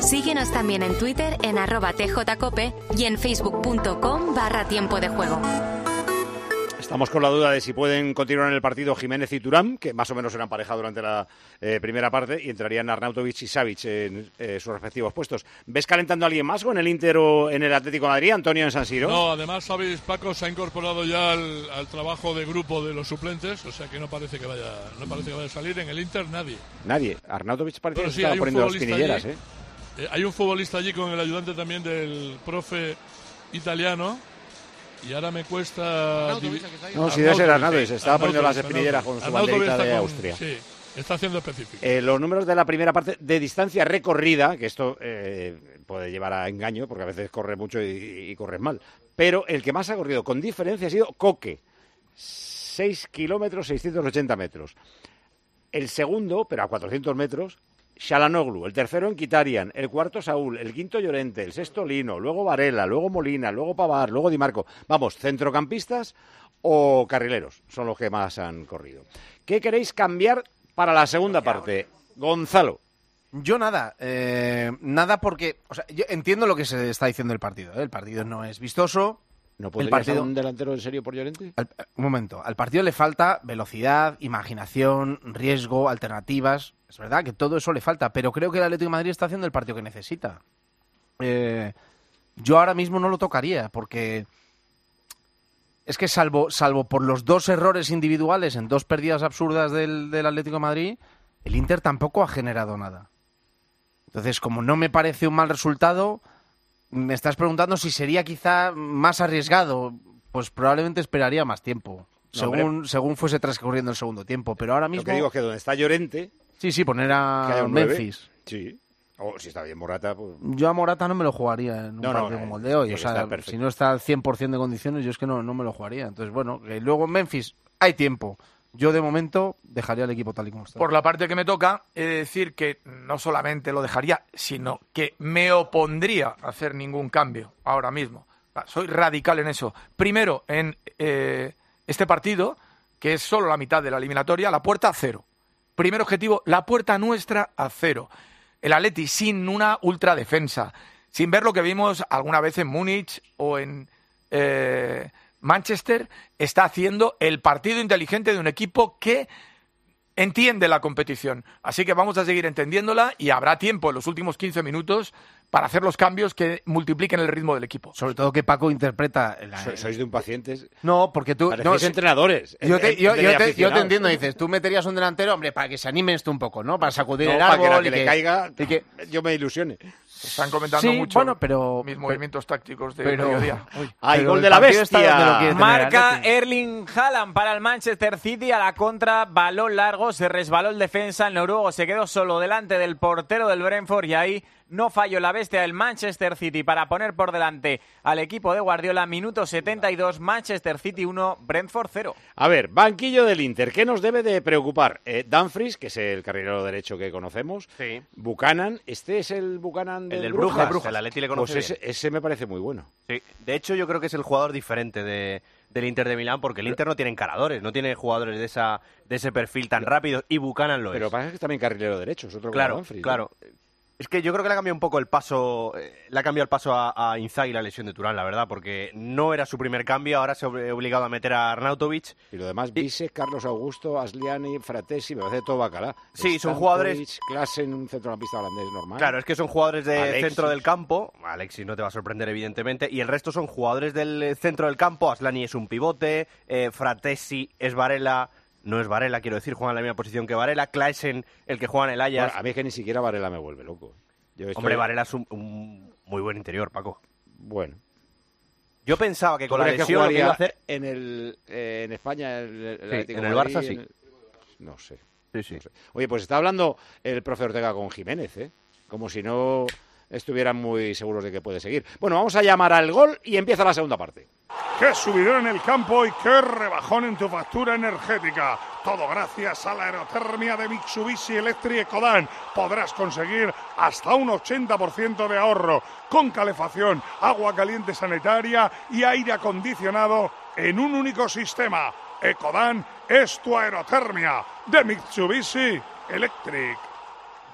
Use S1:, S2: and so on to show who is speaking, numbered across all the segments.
S1: Síguenos también en Twitter en arroba tjcope y en facebook.com barra tiempo de juego.
S2: Estamos con la duda de si pueden continuar en el partido Jiménez y Turán, que más o menos eran pareja durante la eh, primera parte, y entrarían Arnautovic y Savic en eh, sus respectivos puestos. ¿Ves calentando a alguien más o en el Inter o en el Atlético de Madrid, Antonio en San Siro?
S3: No, además, sabéis, Paco se ha incorporado ya al, al, trabajo de grupo de los suplentes, o sea que no parece que vaya, no parece que vaya a salir. En el Inter nadie.
S2: Nadie. Arnautovic parece que sí, estaba poniendo las pinilleras,
S3: allí, ¿eh? Hay un futbolista allí con el ayudante también del profe italiano, y ahora me cuesta.
S2: No, si debe ser Arnautovic, se estaba poniendo las espinilleras con su banderita de Austria.
S3: Sí, está haciendo específico.
S2: Eh, los números de la primera parte de distancia recorrida, que esto eh, puede llevar a engaño, porque a veces corre mucho y, y corres mal. Pero el que más ha corrido con diferencia ha sido Coque. 6 kilómetros 680 metros. El segundo, pero a 400 metros, Shalanoglu, el tercero en Quitarian, el cuarto Saúl, el quinto Llorente, el sexto Lino, luego Varela, luego Molina, luego Pavar, luego Di Marco. Vamos, centrocampistas o carrileros son los que más han corrido. ¿Qué queréis cambiar para la segunda parte? Gonzalo.
S4: Yo nada, eh, nada porque, o sea, yo entiendo lo que se está diciendo el partido. ¿eh? El partido no es vistoso,
S2: ¿No puede partido... un delantero en serio por Llorente?
S4: Al, un momento. Al partido le falta velocidad, imaginación, riesgo, alternativas. Es verdad que todo eso le falta, pero creo que el Atlético de Madrid está haciendo el partido que necesita. Eh, yo ahora mismo no lo tocaría, porque es que salvo, salvo por los dos errores individuales en dos pérdidas absurdas del, del Atlético de Madrid, el Inter tampoco ha generado nada. Entonces, como no me parece un mal resultado, me estás preguntando si sería quizá más arriesgado. Pues probablemente esperaría más tiempo, no, según, hombre. según fuese transcurriendo el segundo tiempo. Pero ahora mismo.
S2: Lo que digo es que donde está Llorente.
S4: Sí, sí, poner a Memphis.
S2: Sí. O oh, si está bien Morata. Pues...
S4: Yo a Morata no me lo jugaría en un no,
S2: eh,
S4: partido no, como el de hoy. O sea, si no está al 100% de condiciones, yo es que no, no me lo jugaría. Entonces, bueno, que luego en Memphis hay tiempo. Yo de momento dejaría el equipo tal y como está.
S5: Por la parte que me toca, he de decir que no solamente lo dejaría, sino que me opondría a hacer ningún cambio ahora mismo. Ah, Soy radical en eso. Primero, en eh, este partido, que es solo la mitad de la eliminatoria, la puerta a cero. Primer objetivo, la puerta nuestra a cero. El Atleti sin una ultradefensa, sin ver lo que vimos alguna vez en Múnich o en... Eh, Manchester está haciendo el partido inteligente de un equipo que entiende la competición. Así que vamos a seguir entendiéndola y habrá tiempo en los últimos 15 minutos para hacer los cambios que multipliquen el ritmo del equipo.
S4: Sobre todo que Paco interpreta...
S2: La... So, sois de impacientes.
S4: No, porque tú...
S2: Parecéis no,
S4: es...
S2: entrenadores. eh,
S4: Yo te, yo, yo, te, yo te, entiendo, dices, tú meterías un delantero, hombre, para que se anime esto un poco, ¿no? Para sacudir no, el árbol
S2: para que,
S4: y
S2: que, le caiga, y que... yo me ilusione.
S5: Están comentando
S4: sí,
S5: mucho
S4: bueno, pero,
S5: mis movimientos pero, tácticos de pero, mediodía. Uy,
S2: ah, pero gol de la bestia!
S4: Este
S6: Marca tener, Erling Haaland para el Manchester City a la contra, balón largo, se resbaló el defensa, el noruego se quedó solo delante del portero del Brentford y ahí no falló la bestia del Manchester City para poner por delante al equipo de Guardiola. Minuto 72, Manchester City 1, Brentford 0.
S2: A ver, banquillo del Inter, ¿qué nos debe de preocupar? Eh, Danfries, que es el carrilero derecho que conocemos. Sí. Buchanan, ¿este es el Buchanan del,
S7: el del
S2: Brujas?
S7: Brujas. El Atleti le conoce
S2: pues ese, ese, me parece muy bueno.
S7: Sí. De hecho, yo creo que es el jugador diferente de, del Inter de Milán porque el Inter no tiene encaradores, no tiene jugadores de esa de ese perfil tan rápido y Buchanan lo
S2: Pero
S7: es.
S2: Pero pasa que también carrilero derecho, es otro
S7: claro,
S2: Danfries,
S7: Claro, ¿no? Es que yo creo que le ha cambiado un poco el paso, eh, le ha cambiado el paso a, a Inzaghi la lesión de Turán, la verdad, porque no era su primer cambio, ahora se ha obligado a meter a Arnautovic.
S2: Y lo demás, Vise, Carlos Augusto, Asliani, Fratesi, me parece todo bacalá.
S7: Sí, son jugadores...
S2: clase en un centrocampista holandés normal.
S7: Claro, es que son jugadores de Alexis. centro del campo, Alexis no te va a sorprender evidentemente, y el resto son jugadores del eh, centro del campo, Aslani es un pivote, eh, Fratesi es Varela no es Varela, quiero decir, juega en la misma posición que Varela. Klaesen, el que juega en el Ajax.
S2: Bueno, a mí es que ni siquiera Varela me vuelve loco.
S7: Yo estoy... Hombre, Varela es un, un, muy buen interior, Paco.
S2: Bueno.
S7: Yo pensaba que con la lesión que lo que iba a hacer...
S2: En, el, eh, en España, el, el
S7: sí,
S2: Atlético
S7: en el
S2: Madrid,
S7: Barça sí.
S2: El... No, sé,
S7: sí, sí.
S2: no sé. Oye, pues está hablando el profe Ortega con Jiménez, ¿eh? Como si no estuvieran muy seguros de que puede seguir. Bueno, vamos a llamar al gol y empieza la segunda parte.
S8: Qué subidón en el campo y qué rebajón en tu factura energética. Todo gracias a la aerotermia de Mitsubishi Electric Ecodan. Podrás conseguir hasta un 80% de ahorro con calefacción, agua caliente sanitaria y aire acondicionado en un único sistema. Ecodan es tu aerotermia de Mitsubishi Electric.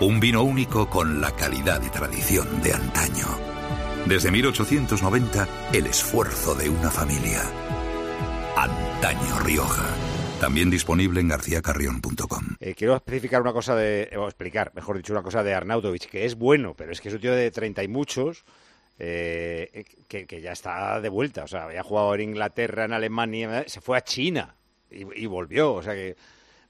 S9: Un vino único con la calidad y tradición de antaño. Desde 1890, el esfuerzo de una familia. Antaño Rioja. También disponible en garcíacarrión.com.
S2: Eh, quiero especificar una cosa de. O explicar, mejor dicho, una cosa de Arnautovic, que es bueno, pero es que es un tío de treinta y muchos. eh, que, que ya está de vuelta, o sea, había jugado en Inglaterra, en Alemania, se fue a China y, y volvió, o sea que,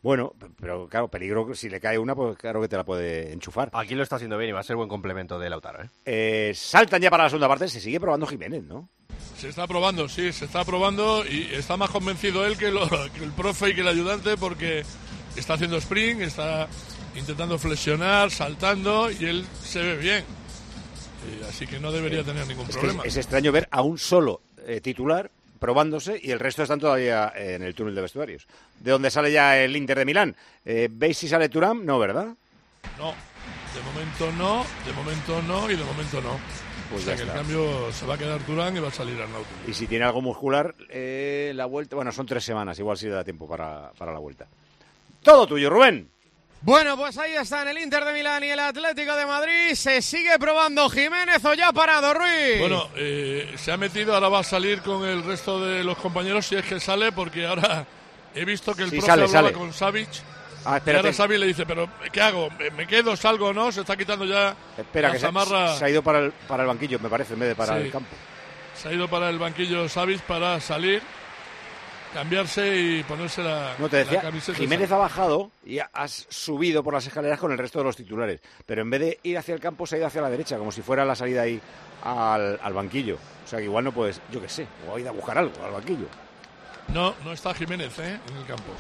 S2: bueno, pero claro, peligro, si le cae una, pues claro que te la puede enchufar.
S7: Aquí lo está haciendo bien y va a ser buen complemento de Lautaro. ¿eh?
S2: Eh, saltan ya para la segunda parte, se sigue probando Jiménez, ¿no?
S3: Se está probando, sí, se está probando y está más convencido él que, lo- que el profe y que el ayudante porque está haciendo sprint, está intentando flexionar, saltando y él se ve bien. Eh, así que no debería tener ningún
S2: Es, que
S3: problema.
S2: es- es extraño ver a un solo eh, titular probándose y el resto están todavía eh, en el túnel de vestuarios. De donde sale ya el Inter de Milán. Eh, ¿Veis si sale Turam? No, ¿verdad?
S3: No, de momento no, de momento no y de momento no.
S2: Pues
S3: o
S2: ya
S3: sea que el
S2: está.
S3: cambio se va a quedar Turán y va a salir Arnauto.
S2: Y si tiene algo muscular, eh, la vuelta. Bueno, son tres semanas, igual sí le da tiempo para, para la vuelta. Todo tuyo, Rubén.
S10: Bueno, pues ahí están el Inter de Milán y el Atlético de Madrid. Se sigue probando Jiménez o ya ha parado Ruiz.
S3: Bueno, eh, se ha metido, ahora va a salir con el resto de los compañeros si es que sale, porque ahora he visto que el
S2: Sí,
S3: profe
S2: sale,
S3: hablaba
S2: sale.
S3: con Savic.
S2: Ah,
S3: y
S2: espérate.
S3: ahora Savic le dice, pero ¿qué hago? ¿Me- ¿Me quedo? ¿Salgo o no? Se está quitando ya
S2: Espera,
S3: la
S2: que se,
S3: zamarra.
S2: se ha ido para el, para el banquillo, me parece, en vez de para
S3: Sí.
S2: el campo.
S3: Se ha ido para el banquillo Savic para salir, cambiarse y ponerse la,
S2: No, te
S3: la
S2: decía,
S3: camiseta.
S2: Jiménez ha bajado y has subido por las escaleras con el resto de los titulares. Pero en vez de ir hacia el campo, se ha ido hacia la derecha, como si fuera la salida ahí al, al banquillo. O sea, que igual no puedes, yo qué sé, o ha ido a buscar algo al banquillo.
S3: No, no está Jiménez ¿eh? en el campo.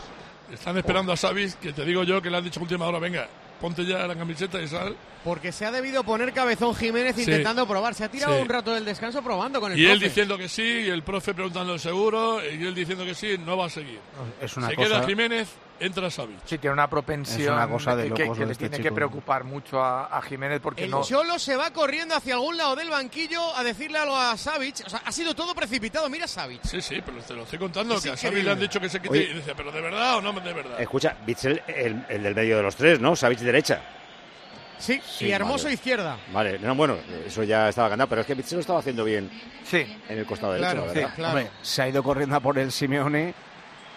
S3: Están esperando a Savic, que te digo yo que le han dicho a última hora, venga, ponte ya la camiseta y sal.
S10: Porque se ha debido poner cabezón Jiménez
S3: Sí.
S10: intentando probar. Se ha tirado
S3: Sí.
S10: un rato del descanso probando con el
S3: Y él
S10: profe.
S3: diciendo que sí, y el profe preguntando el seguro, y él diciendo que sí, no va a seguir.
S4: es una
S3: Se
S4: cosa-
S3: queda Jiménez, entra Savic.
S5: Sí, tiene una propensión
S4: Es una cosa de
S5: que- que,
S4: locos lo de
S5: le
S4: este
S5: tiene que
S4: chico.
S5: preocupar mucho a, a Jiménez porque
S10: El
S5: no.
S10: Cholo se va corriendo hacia algún lado del banquillo a decirle algo a Savic. O sea, ha sido todo precipitado. Mira a Savic.
S3: Sí, sí, pero te lo estoy contando,
S10: Es
S3: que a Savic
S10: increíble.
S3: le han dicho que se quite,
S2: Oye.
S3: y dice, pero ¿de verdad o no de verdad?
S2: Escucha, Bitzel, el, el del medio de los tres, ¿no? Savic derecha.
S10: Sí,
S2: Sí,
S10: y Hermoso
S2: vale.
S10: izquierda.
S2: Vale, no, bueno, eso ya estaba ganado, pero es que Bitzel lo estaba haciendo bien
S5: Sí.
S2: en el costado
S10: Claro,
S2: derecho, la
S10: sí,
S2: verdad.
S10: claro.
S4: Hombre, se ha ido corriendo a por el Simeone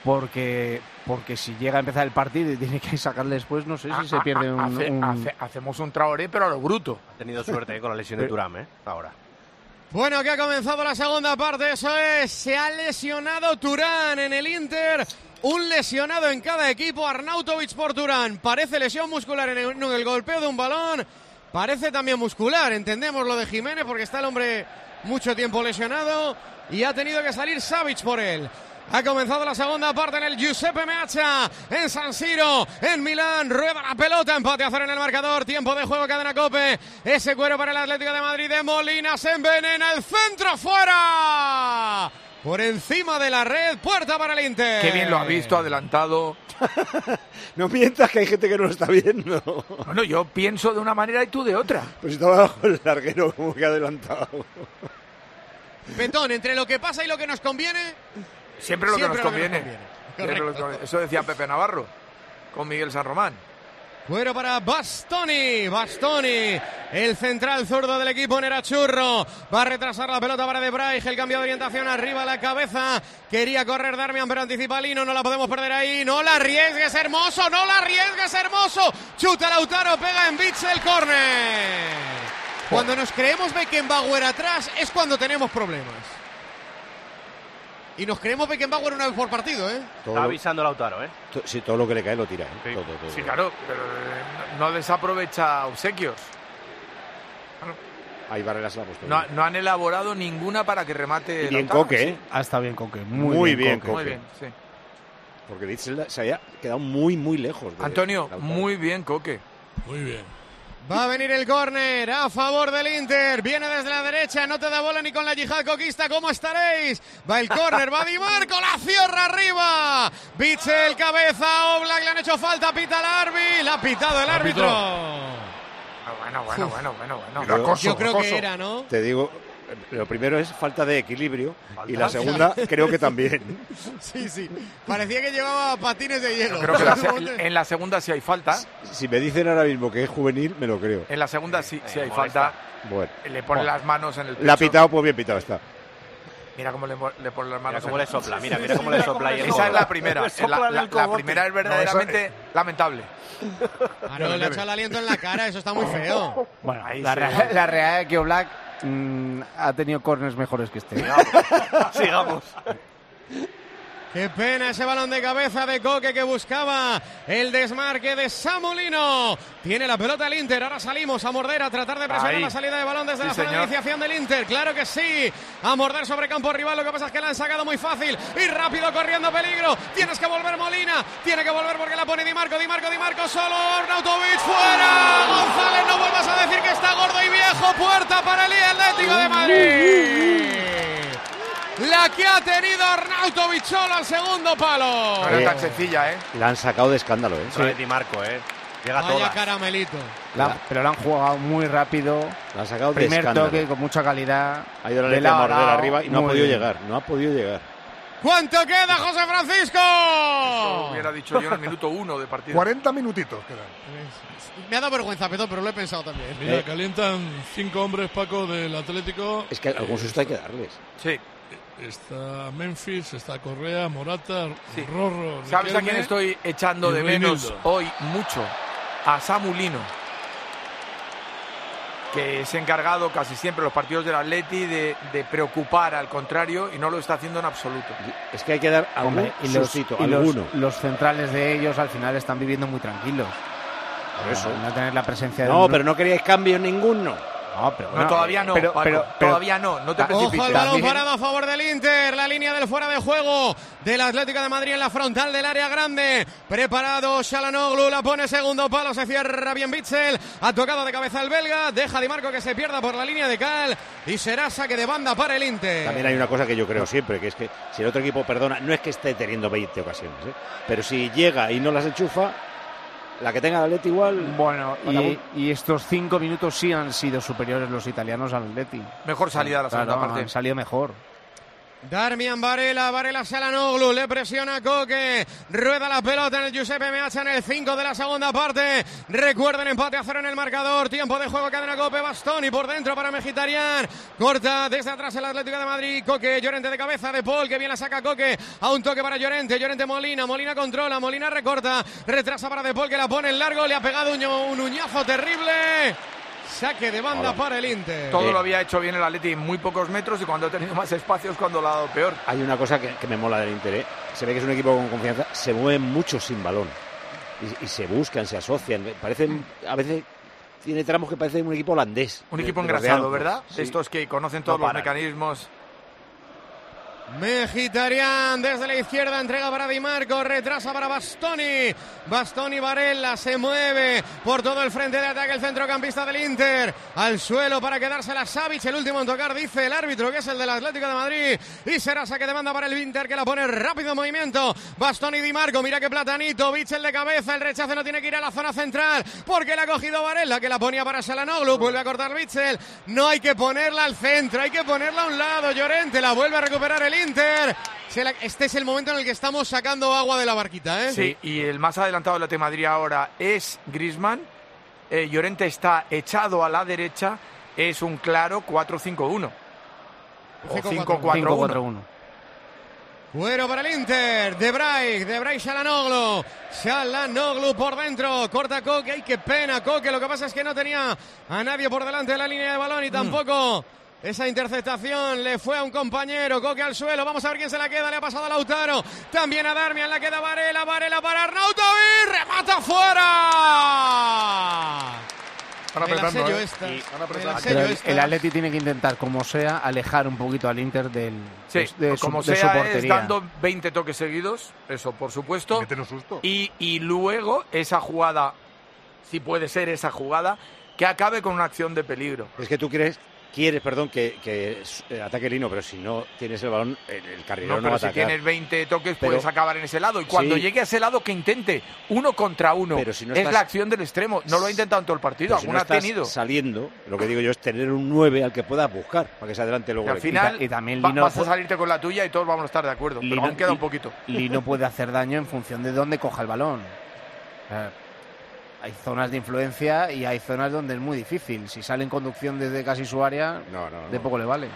S4: porque, porque si llega a empezar el partido y tiene que sacarle después, no sé si se pierde un...
S5: Hace-
S4: un-
S5: hace- hacemos un traoré, pero a lo bruto.
S7: Ha tenido suerte eh, con la lesión de Turam, ¿eh? Ahora.
S10: Bueno, que ha comenzado la segunda parte, eso es. Se ha lesionado Turán en el Inter. Un lesionado en cada equipo, Arnautovic por Turán. Parece lesión muscular en el, en el golpeo de un balón. Parece también muscular, entendemos lo de Jiménez porque está el hombre mucho tiempo lesionado y ha tenido que salir Savic por él. Ha comenzado la segunda parte en el Giuseppe Meazza, en San Siro, en Milán, rueda la pelota, empate a cero en el marcador, tiempo de juego, cadena cope, ese cuero para el Atlético de Madrid de Molina, se envenena el centro fuera, por encima de la red, puerta para el Inter.
S5: Qué bien
S4: Eh.
S5: lo ha visto, adelantado.
S2: No mientas que hay gente que no lo está viendo.
S5: Bueno, yo pienso de una manera y tú de otra.
S2: Pues estaba bajo el larguero como que adelantado.
S10: Betón, entre lo que pasa y lo que nos conviene,
S5: Siempre lo que nos
S10: Siempre lo que nos
S5: conviene.
S10: conviene.
S5: Siempre lo que nos
S10: Correcto.
S5: conviene. Eso decía Pepe Navarro con Miguel San Román.
S10: Cuero para Bastoni, Bastoni, el central zurdo del equipo Nerachurro, va a retrasar la pelota para De Braij, el cambio de orientación arriba a la cabeza, quería correr Darmian pero anticipa Lino, no la podemos perder ahí, no la arriesgues hermoso, no la arriesgues hermoso, chuta Lautaro, pega en Bitz el córner. Cuando nos creemos Beckenbauer atrás es cuando tenemos problemas. Y nos creemos Beckenbauer una vez por partido, ¿eh?
S2: Todo lo,
S7: Está avisando Lautaro, ¿eh?
S2: to- sí, todo lo que le cae lo tira. ¿eh?
S7: Sí.
S2: Todo, todo.
S5: Sí, claro, pero eh, no desaprovecha obsequios.
S2: Ahí Varela se la ha puesto.
S5: No, no han elaborado ninguna para que remate.
S2: bien
S5: Lautaro,
S2: Coque,
S5: sí.
S2: ¿eh?
S4: Ha estado bien Coque.
S2: Muy, bien, Coque.
S5: Muy bien, sí.
S2: Porque Ditzel se había quedado muy, muy lejos. de
S5: Antonio,
S2: Lautaro.
S5: muy bien, Coque.
S3: Muy bien.
S10: Va a venir el córner a favor del Inter. Viene desde la derecha, no te da bola ni con la yihad coquista. ¿Cómo estaréis? Va el córner, va Di Marco, la cierra arriba. Bitzel, cabeza, Oblak, le han hecho falta, pita el árbitro. La ha pitado el
S5: La pitó.
S10: árbitro.
S5: Ah, Bueno, bueno, bueno, bueno, bueno.
S2: Yo-
S10: Yo creo que era, ¿no?
S2: Te digo, eh, lo primero es falta de equilibrio y la
S10: de-
S2: segunda creo que también.
S10: Sí, sí. Parecía que llevaba patines de hielo.
S5: Creo que la se- en la segunda sí hay falta.
S2: Si me dicen ahora mismo que es juvenil, me lo creo.
S5: En la segunda sí, sí hay
S2: molesta.
S5: falta.
S2: Bueno.
S5: Le pone las manos en el pecho.
S2: La ha pitado, pues bien pitado está.
S5: Mira cómo le, mo- le pone las manos.
S7: cómo
S5: en-
S7: le sopla, mira, mira cómo le sopla ahí el
S5: Esa es la
S7: codo.
S5: primera.
S7: Le
S5: La,
S7: sopla en
S5: la-
S7: el
S5: la
S7: cogote.
S5: primera es
S7: No, esa-
S5: verdaderamente lamentable.
S10: Claro, Ah, le ha echado el aliento en la cara, eso está muy feo.
S4: Bueno,
S5: Ahí
S4: la,
S5: se
S4: rea-
S5: va.
S4: la realidad es que Oblak mm, ha tenido corners mejores que este.
S7: Sigamos.
S10: Qué pena ese balón de cabeza de Coque que buscaba el desmarque de Samolino. Tiene la pelota el Inter. Ahora salimos a morder, a tratar de presionar
S5: Ahí.
S10: la salida de balón desde
S5: Sí,
S10: la zona de
S5: señor.
S10: iniciación del Inter. Claro que sí. A morder sobre campo rival. Lo que pasa es que la han sacado muy fácil. Y rápido corriendo peligro. Tienes que volver Molina. Tiene que volver porque la pone Di Marco, Di Marco, Di Marco. Solo Arnautovic fuera. González, no vuelvas a decir que está gordo y viejo. Puerta para el Atlético de Madrid. La que ha tenido Arnautovic solo al segundo palo.
S5: No era
S2: Eh.
S5: tan sencilla, ¿eh?
S2: La han sacado de escándalo, ¿eh?
S7: Otra vez Di Marco, ¿eh? Llega
S10: Vaya
S7: toda.
S10: caramelito.
S4: La- pero la han jugado muy rápido.
S2: La han sacado de
S4: Primer
S2: escándalo.
S4: toque con mucha calidad.
S2: Ha ido la
S4: de
S2: leche a
S4: lado a
S2: morder
S4: lado,
S2: arriba y no ha
S4: muy
S2: podido
S4: bien.
S2: llegar. No ha podido llegar.
S10: ¿Cuánto queda, José
S5: Lo
S10: Francisco?
S5: hubiera dicho yo en el minuto uno de partido.
S8: 40 minutitos quedan.
S10: Me ha dado vergüenza, perdón, pero lo he pensado también.
S3: Mira,
S2: Eh.
S3: calientan cinco hombres, Paco, del Atlético.
S2: Es que algún susto hay que darles.
S5: Sí.
S3: Está Memphis, está Correa, Morata,
S5: Sí.
S3: Rorro.
S5: ¿Sabes a
S3: Riquelme.
S5: quién estoy echando
S3: y
S5: de
S3: Reinildo.
S5: menos hoy mucho? A Samulino, que es encargado casi siempre en los partidos del Atleti de, de preocupar al contrario y no lo está haciendo en absoluto.
S2: Es que hay que dar algún
S4: Hombre, y los,
S2: sustito,
S4: y los-
S2: alguno.
S4: los centrales de ellos al final están viviendo muy tranquilos.
S2: Por eso.
S4: Al No tener la presencia de
S2: No,
S4: uno-
S2: pero no queríais cambio ninguno.
S4: No, pero
S5: No,
S4: bueno,
S5: todavía no,
S4: pero-
S5: Paco,
S4: pero- pero- Ah,
S5: todavía no, no te
S10: Ojo al
S5: precipites.
S10: balón
S4: También-
S10: parado a favor del Inter. La línea del fuera de juego del Atlético de Madrid en la frontal del área grande. Preparado Shalanoglu, la pone segundo palo, se cierra bien Bitzel. Ha tocado de cabeza el belga, deja Di Marco que se pierda por la línea de Cal y será saque de banda para el Inter.
S2: También hay una cosa que yo creo siempre, que es que si el otro equipo perdona, no es que esté teniendo 20 ocasiones, ¿eh? pero si llega y no las enchufa, la que tenga el Atleti igual.
S4: Bueno, y,
S2: Algún-
S4: y estos cinco minutos sí han sido superiores los italianos al Atleti.
S5: Mejor salida de la segunda
S4: Claro,
S5: parte.
S4: han salido mejor.
S10: Darmian Varela, Varela Salanoglu, le presiona a Coque, rueda la pelota en el Giuseppe Meazza en el 5 de la segunda parte. Recuerden, empate a cero en el marcador, tiempo de juego, cadena Cope, Bastón y por dentro para Mejitarián. Corta desde atrás el Atlético de Madrid, Coque, Llorente de cabeza, De Paul, que bien la saca Coque, a un toque para Llorente, Llorente Molina, Molina controla, Molina recorta, retrasa para De Paul que la pone en largo, le ha pegado un, un uñazo terrible. Saque de banda
S2: Hola.
S10: para el Inter.
S5: Todo lo había hecho bien el Atleti en muy pocos metros y cuando ha tenido más espacios cuando lo ha dado peor.
S2: Hay una cosa que, que me mola del Inter, ¿eh? se ve que es un equipo con confianza, se mueven mucho sin balón y, y se buscan, se asocian, parecen, a veces tiene tramos que parecen un equipo holandés.
S5: Un
S2: de-
S5: equipo
S2: de los de
S5: engrasado,
S2: Alpes.
S5: ¿verdad?
S2: Sí.
S5: Estos que conocen todos los
S2: paran.
S5: mecanismos.
S10: Mejitarián desde la izquierda, entrega para Di Marco, retrasa para Bastoni. Bastoni Varela se mueve por todo el frente de ataque el centrocampista del Inter. Al suelo para quedársela Savic, el último en tocar, dice el árbitro que es el del Atlético de Madrid. Y será saque de banda para el Inter que la pone rápido en movimiento. Bastoni Di Marco, mira que platanito, Bichel de cabeza, el rechazo no tiene que ir a la zona central porque la ha cogido Varela que la ponía para Salanoglu, vuelve a cortar Bichel. No hay que ponerla al centro, hay que ponerla a un lado. Llorente la vuelve a recuperar el Inter. Se la- Este es el momento en el que estamos sacando agua de la barquita, ¿eh?
S5: Sí, y el más adelantado del Atlético de Madrid ahora es Grisman. Llorente está echado a la derecha. Es un claro 4-5-1. O 5-4-1.
S4: 5-4-1.
S10: Bueno para el Inter, De Bruyne, De Bruyne Shalanoglu, Shalanoglu por dentro, corta Coque, ay qué pena Coque, lo que pasa es que no tenía a nadie por delante de la línea de balón
S3: Mm.
S10: y tampoco esa interceptación le fue a un compañero, Coque al suelo, vamos a ver quién se la queda, le ha pasado a Lautaro, también a Darmian, la queda Varela, Varela para Arnautovic, remata fuera.
S8: Están
S10: Me la
S8: apretando,
S10: sello
S8: ¿eh?
S10: esta,
S8: Sí.
S10: me la
S8: apretando.
S10: sello
S4: Pero el,
S10: esta.
S4: el Atleti tiene que intentar, como sea, alejar un poquito al Inter del,
S5: Sí,
S4: de, su,
S5: como
S4: de su
S5: sea, es
S4: portería.
S5: dando 20 toques seguidos, eso por supuesto.
S8: susto.
S5: Y, y luego esa jugada, si puede ser esa jugada, que acabe con una acción de peligro.
S2: Es que tú quieres, quieres perdón, que, que eh, ataque Lino, pero si no tienes el balón, el, el carrilero
S5: No,
S2: no,
S5: pero
S2: va a
S5: si
S2: atacar.
S5: tienes 20 toques
S2: Pero-
S5: puedes acabar en ese lado. Y cuando
S2: Sí.
S5: llegue a ese lado, que intente uno contra uno.
S2: Pero si no
S5: es
S2: estás-
S5: la acción del extremo. No lo ha intentado en todo el partido.
S2: Pero Pues si no
S5: Alguna ha
S2: estás
S5: tenido.
S2: saliendo, lo que digo yo es tener un 9 al que puedas buscar para que se adelante luego.
S5: al
S2: el equipo.
S5: final va- vas a
S4: fue-
S5: salirte con la tuya y todos vamos a estar de acuerdo. Pero
S4: Lino-
S5: aún queda un
S4: Li-
S5: poquito.
S4: Lino puede hacer daño en función de dónde coja el balón. O sea, Hay zonas de influencia y hay zonas donde es muy difícil. Si sale en conducción desde casi su área, de poco le vale.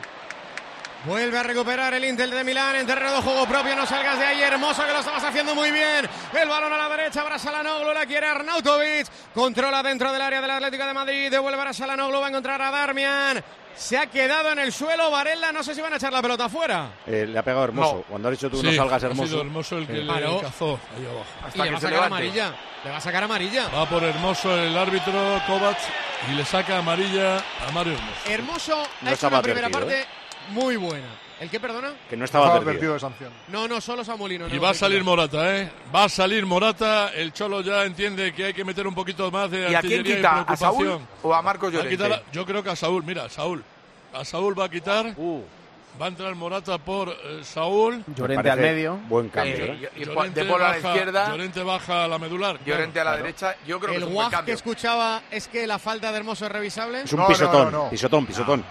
S10: Vuelve a recuperar el Inter de Milán en terreno de juego propio. No salgas de ahí, hermoso, que lo estabas haciendo muy bien. El balón a la derecha para Salanoglu, la quiere Arnautovic. Controla dentro del área del Atlético de Madrid. Devuelve para Salanoglu, va a encontrar a Darmian. Se ha quedado en el suelo Varela. No sé si van a echar la pelota afuera.
S2: Eh, le ha pegado hermoso.
S10: No.
S2: Cuando has dicho tú
S10: Sí,
S2: no salgas
S10: ha sido
S2: hermoso.
S3: hermoso el que
S2: Sí.
S3: le
S10: Paró.
S3: cazó ahí abajo.
S10: Y le va a sacar amarilla. Le va a sacar amarilla.
S3: Va por Hermoso el árbitro Kovac y le saca amarilla a Mario Hermoso.
S10: Hermoso
S3: No
S10: ha hecho
S3: estaba
S10: una primera
S3: advertido,
S10: parte muy buena. ¿El qué, perdona?
S2: Que no
S3: estaba
S8: Estaba advertido
S3: advertido.
S8: de sanción.
S10: No, no, solo Samolino.
S3: Y va a salir Morata, ¿eh? Va a salir Morata. El Cholo ya entiende que hay que meter un poquito más de
S5: ¿Y a quién
S3: artillería y
S5: quita? ¿A Saúl
S3: preocupación.
S5: o a
S3: Va
S5: Marcos
S3: a
S5: Llorente?
S3: quitar a- yo creo que a Saúl, mira, Saúl. A Saúl va a quitar.
S5: Uh.
S3: Va a entrar Morata por eh, Saúl.
S4: Llorente al medio.
S2: Buen
S5: cambio, ¿verdad? y- y de Paul a la izquierda.
S3: Llorente baja a la medular.
S5: Llorente a la derecha, yo creo que
S10: el
S5: es un buen
S10: guaj que
S5: cambio.
S10: escuchaba es que la falta de Hermoso es revisable.
S2: Es un
S8: No, no,
S2: pisotón.
S8: no, no.
S2: Pisotón, pisotón.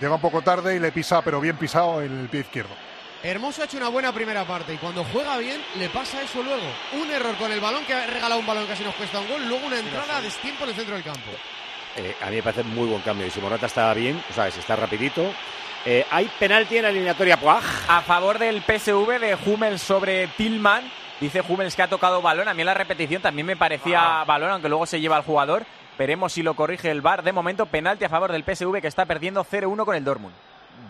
S8: Llega un poco tarde y le pisa, pero bien pisado, el pie izquierdo.
S10: Hermoso ha hecho una buena primera parte y cuando juega bien le pasa eso luego. Un error con el balón que ha regalado un balón que casi nos cuesta un gol, luego una entrada a destiempo en el centro del campo.
S2: Eh, a mí me parece muy buen cambio. Y si Morata está bien, o sea, si está rapidito. Eh, hay penalti en la eliminatoria Puaj.
S6: A favor del PSV de Hummels sobre Tillman. Dice Hummels que ha tocado balón. A mí en la repetición también me parecía balón, aunque luego se lleva al jugador. Veremos si lo corrige el VAR. De momento, penalti a favor del PSV que está perdiendo 0-1 con el Dortmund.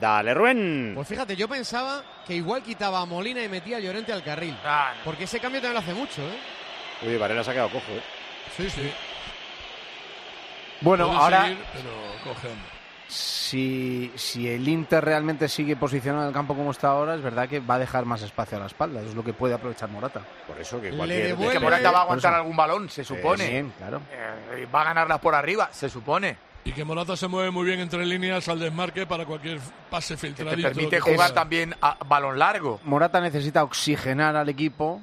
S2: Dale, Ruen.
S10: Pues fíjate, yo pensaba que igual quitaba a Molina y metía a Llorente al
S5: Ah,
S10: carril. Porque ese cambio también lo hace mucho, ¿eh?
S2: Oye, Varela se ha quedado cojo, ¿eh?
S3: Sí, sí.
S4: Bueno,
S3: Puede
S4: ahora,
S3: seguir, pero coge hambre.
S4: si, si el Inter realmente sigue posicionado en el campo como está ahora, es verdad que va a dejar más espacio a la espalda. Es lo que puede aprovechar Morata.
S2: Por eso que
S5: Le devuelve- que Morata va a aguantar algún balón, se supone.
S4: Bien, claro.
S5: Eh, va a ganarlas por arriba, se supone.
S3: Y que Morata se mueve muy bien entre líneas al desmarque para cualquier pase
S5: Que
S3: filtradito.
S5: te permite jugar también a balón largo.
S4: Morata necesita oxigenar al equipo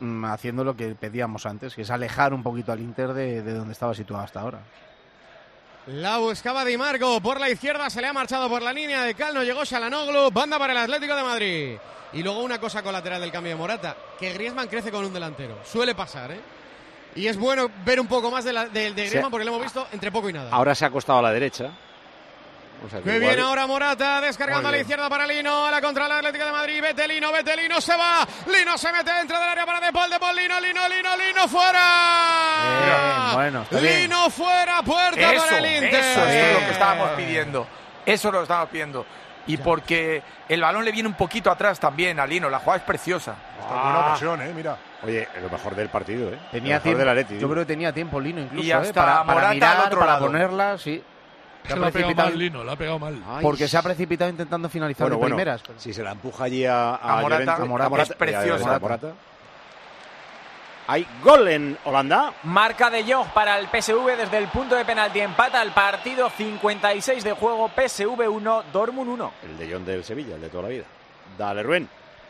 S4: mm, haciendo lo que pedíamos antes, que es alejar un poquito al Inter de, de donde estaba situado hasta ahora.
S10: La buscaba Di Marco por la izquierda, se le ha marchado por la línea de Cal, no llegó Shalanoglu, banda para el Atlético de Madrid. Y luego una cosa colateral del cambio de Morata, que Griezmann crece con un delantero, suele pasar, ¿eh? Y es bueno ver un poco más de, la- de- de
S2: Sí.
S10: Griezmann porque lo hemos visto entre poco y nada.
S2: Ahora se ha acostado a la derecha. O sea, que
S10: Muy
S2: igual-
S10: bien ahora Morata, descargando
S2: Muy
S10: a la
S2: bien.
S10: izquierda para Lino, a la contra el Atlético de Madrid, vete Lino, vete Lino, se va, Lino se mete dentro del área para De Paul, De Paul, Lino, Lino, Lino, Lino, fuera.
S4: Bien, eh, bueno, está bien.
S10: Ah, Lino fuera, puerta
S5: Eso,
S10: para el Inter.
S5: eso es lo que estábamos pidiendo. Eso es lo que estábamos pidiendo. Y porque el balón le viene un poquito atrás también a Lino. La jugada es preciosa.
S10: Ah.
S8: Buena presión, eh, mira.
S2: Oye, lo mejor del partido, ¿eh?
S4: Tenía
S2: lo mejor
S4: tiempo,
S2: del Atleti.
S4: yo
S2: digo.
S4: creo que tenía tiempo Lino incluso
S5: Y
S4: ¿eh?
S5: hasta
S4: para, para
S5: Morata al
S4: mirar,
S5: otro
S4: para
S5: lado.
S4: ponerla, sí. Se
S3: Se
S4: ha
S3: la ha pegado
S4: precipitado-
S3: mal Lino, la ha pegado mal.
S4: porque se ha precipitado intentando finalizar
S2: Bueno,
S4: de
S2: bueno,
S4: primeras.
S2: si se la empuja allí a,
S4: A Morata,
S2: Llorente-
S4: a Morata, es
S2: y a Llorente,
S4: preciosa.
S2: a Morata. Hay gol en Holanda.
S6: Marca de Jong para el PSV desde el punto de penalti. Empata el partido 56 de juego. PSV 1, Dortmund 1.
S2: El de John del Sevilla, el de toda la vida. Dale, Rubén.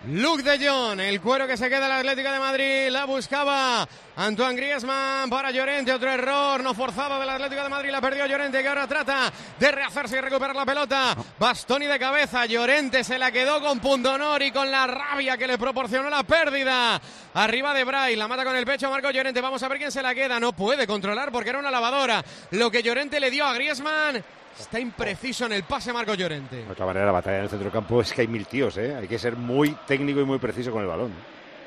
S10: Luke de Jong, el cuero que se queda en el Atlético de Madrid, la buscaba Antoine Griezmann para Llorente, otro error no forzado del Atlético de Madrid, la perdió Llorente que ahora trata de rehacerse y recuperar la pelota. Bastoni de cabeza, Llorente se la quedó con punto honor y con la rabia que le proporcionó la pérdida. Arriba de Bray, la mata con el pecho Marco Llorente, vamos a ver quién se la queda, no puede controlar porque era una lavadora. Lo que Llorente le dio a Griezmann está impreciso en el pase Marco Llorente.
S2: De otra manera, la batalla en el centro del campo es que hay mil tíos, ¿eh? Hay que ser muy técnico y muy preciso con el balón.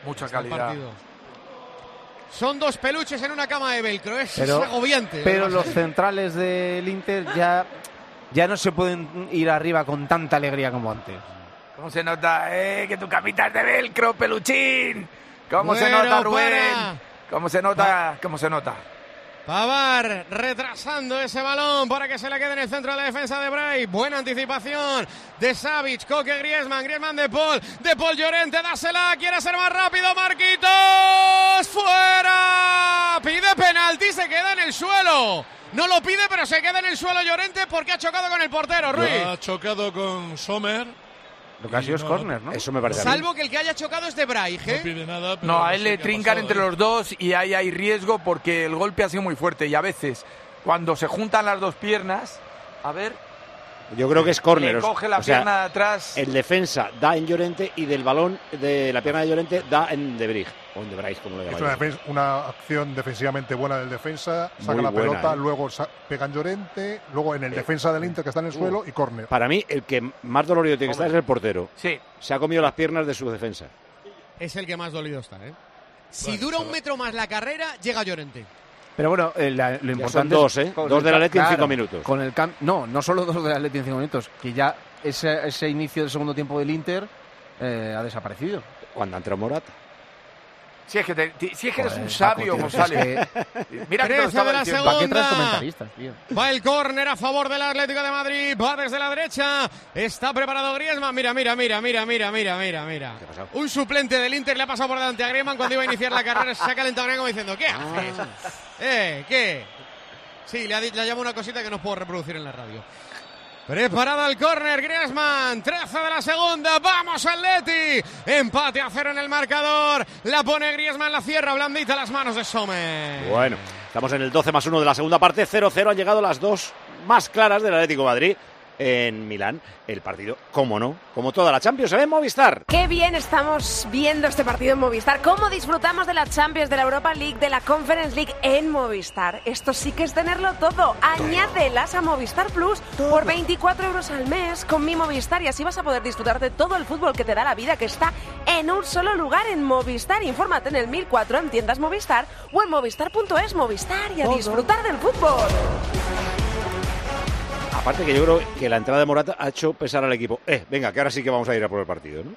S5: Mucha
S10: Está el partido. Son dos peluches en una cama de velcro, es,
S4: Pero,
S10: es agobiante.
S4: pero
S10: además.
S4: los centrales del Inter ya, ya no se pueden ir arriba con tanta alegría como antes.
S5: ¿Cómo se nota eh, que tu camita es de velcro, peluchín? ¿Cómo se
S10: Bueno,
S5: nota, Rubén?
S10: para.
S5: ¿Cómo se nota? ¿Cómo se nota?
S10: Pavar retrasando ese balón para que se le quede en el centro de la defensa de Bray. Buena anticipación de Savic, Coque Griezmann, Griezmann de Paul, de Paul Llorente, dásela, quiere ser más rápido, Marquitos, fuera, pide penalti, se queda en el suelo. No lo pide, pero se queda en el suelo Llorente porque ha chocado con el portero, Ruiz.
S3: Ha chocado con Sommer.
S4: Lo que ha sido es córner, ¿no?
S2: Eso me parece
S10: Salvo que el que haya chocado es de Bray, ¿eh?
S5: No, a él le trincan entre los dos y ahí hay riesgo porque el golpe ha sido muy fuerte y a veces cuando se juntan las dos piernas, a ver,
S2: Yo creo que es córner.
S5: Le
S2: o-
S5: coge la
S2: o sea,
S5: pierna de atrás.
S2: El defensa da en Llorente y del balón de la pierna de Llorente da en De Brij. O en De Brijs, como lo
S11: Es una,
S2: llamáis.
S11: defen- una acción defensivamente buena del defensa, saca
S2: Muy
S11: la
S2: buena,
S11: pelota,
S2: ¿eh?
S11: luego sa- pega en Llorente, luego en el
S2: Eh,
S11: defensa del Inter que está en el
S2: uh.
S11: suelo y córner.
S2: Para mí, el que más dolorido tiene que estar es el portero.
S5: Sí.
S2: Se ha comido las piernas de su defensa.
S10: Es el que más dolido está, ¿eh? Si dura un metro más la carrera, llega Llorente.
S4: Pero bueno, eh, la- lo importante
S2: dos,
S4: es-
S2: ¿eh? Dos del Atleti en cinco minutos.
S4: Con el cam- no, no solo dos del Atleti en cinco minutos, que ya ese, ese inicio del segundo tiempo del Inter eh, ha desaparecido.
S2: Cuando entró Morata.
S5: si es que, te- ti- si es que eres
S4: Joder,
S5: un sabio,
S4: Paco, tío,
S5: González.
S4: es
S5: Mira que te lo
S10: Trece
S5: estaba
S10: de la
S5: diciendo.
S10: segunda. ¿Para qué traes comentaristas,
S4: tío?
S10: Va el córner a favor del Atlético de Madrid. Va desde la derecha. Está preparado Griezmann. Mira, mira, mira, mira, mira, mira, mira, mira. Un suplente del Inter le ha pasado por delante a Griezmann cuando iba a iniciar la carrera. Se ha calentado Griezmann como diciendo, ¿qué haces? ¿Eh? ¿Qué? Sí, le ha, di- le ha llamado una cosita que no puedo reproducir en la radio. Preparado el córner, Griezmann, 13 de la segunda, vamos Atleti, empate a cero en el marcador, la pone Griezmann, la cierra, blandita las manos de Sommer.
S2: Bueno, estamos en el 12 más 1 de la segunda parte. 0-0 han llegado las dos más claras del Atlético de Madrid en Milán. El partido, como no, como toda la Champions, se ve en Movistar.
S12: Qué bien estamos viendo este partido en Movistar. Cómo disfrutamos de la Champions, de la Europa League, de la Conference League en Movistar. Esto sí que es tenerlo todo. Añádelas a Movistar Plus por 24 euros al mes con mi Movistar y así vas a poder disfrutar de todo el fútbol que te da la vida que está en un solo lugar en Movistar. Infórmate en el 1004 en tiendas Movistar o en movistar.es Movistar y a disfrutar del fútbol.
S2: Aparte que yo creo que la entrada de Morata ha hecho pesar al equipo. Eh, venga, que ahora sí que vamos a ir a por el partido, ¿no?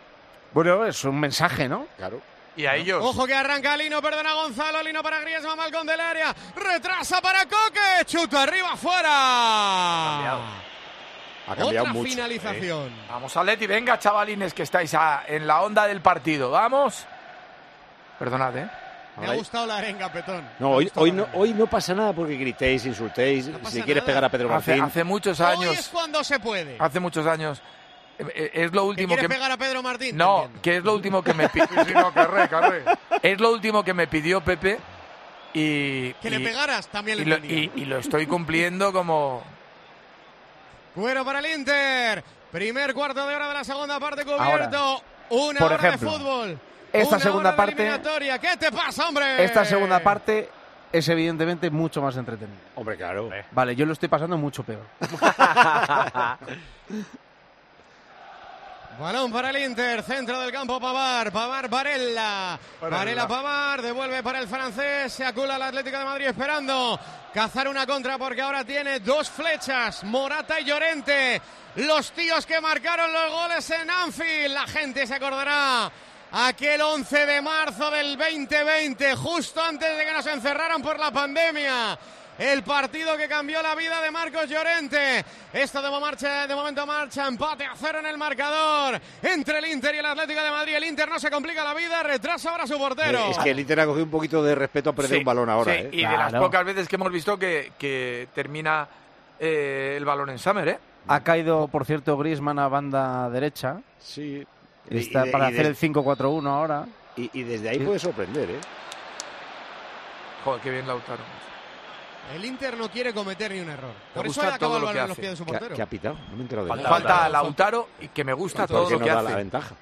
S4: Bueno, es un mensaje, ¿no?
S2: Claro.
S5: Y a ellos.
S10: Ojo que arranca Lino, perdona Gonzalo, Lino para Griezmann, balcón del área, retrasa para Coque, chuta arriba fuera.
S2: Ha Eh,
S5: cambiado
S10: Otra
S5: mucho, eh.
S10: finalización.
S5: Vamos a Leti, venga chavalines que estáis a- en la onda del partido, vamos. Perdonad, ¿eh?
S10: Me ha gustado la arenga, Petón.
S2: No, hoy, hoy no, hoy no pasa nada porque gritéis, insultéis, si quieres pegar a Pedro
S5: Hace,
S2: Martín.
S5: hace muchos
S10: Hoy es
S5: años,
S10: cuando se puede.
S5: hace muchos años, eh, eh, es lo último
S10: ¿Quieres
S5: que...
S10: pegar a Pedro Martín?
S5: No, que es lo último que me pidió. Es lo último que me pidió Pepe y...
S10: Que le
S5: y-
S10: pegaras, también le
S5: y lo,
S10: entendía.
S5: y- y lo estoy cumpliendo como...
S10: Cuero para el Inter. Primer cuarto de hora de la segunda parte cubierto.
S4: Ahora,
S10: Una
S4: por
S10: hora
S4: ejemplo,
S10: de fútbol.
S4: esta
S10: Una
S4: segunda
S10: hora de
S4: parte-
S10: eliminatoria. ¿Qué te pasa, hombre?
S4: Esta segunda parte es evidentemente mucho más entretenida.
S2: Hombre, claro.
S4: Vale, yo lo estoy pasando mucho peor.
S10: Balón para el Inter, centro del campo Pavar, Pavar Varela, Varela Pavar, devuelve para el francés, se acula el Atlético de Madrid esperando cazar una contra porque ahora tiene dos flechas, Morata y Llorente, los tíos que marcaron los goles en Anfield, la gente se acordará aquel 11 de marzo del 2020, justo antes de que nos encerraran por la pandemia. El partido que cambió la vida de Marcos Llorente. Esto de, mo- marcha, de momento marcha, empate a cero en el marcador. Entre el Inter y el Atlético de Madrid. El Inter no se complica la vida, retrasa ahora su portero.
S2: Eh, es que el Inter ha cogido un poquito de respeto a perder
S5: Sí,
S2: un balón ahora.
S5: sí,
S2: ¿eh?
S5: Y de las pocas veces que hemos visto que, que termina eh, el balón en Summer, ¿eh?
S4: Ha caído, por cierto, Griezmann a banda derecha.
S2: Sí.
S4: Está
S2: Y- y-
S4: para
S2: y
S4: hacer
S2: de-
S4: el 5-4-1 ahora.
S2: Y, y desde ahí puede sorprender, ¿eh?
S5: Joder, qué bien Lautaro.
S10: El Inter no quiere cometer ni un error. Por eso
S5: gusta
S10: ha
S5: todo
S10: acabado el
S5: lo que
S10: balón en los
S5: hace.
S10: pies de su
S5: Que ha-
S10: portero.
S2: ¿Qué ha pitado? No me he enterado de
S5: Falta,
S2: nada.
S5: falta Lautaro y que me gusta
S2: ¿Por
S5: todo
S2: qué
S5: lo
S2: Pues no
S5: que
S2: da
S5: hace.
S2: la ventaja?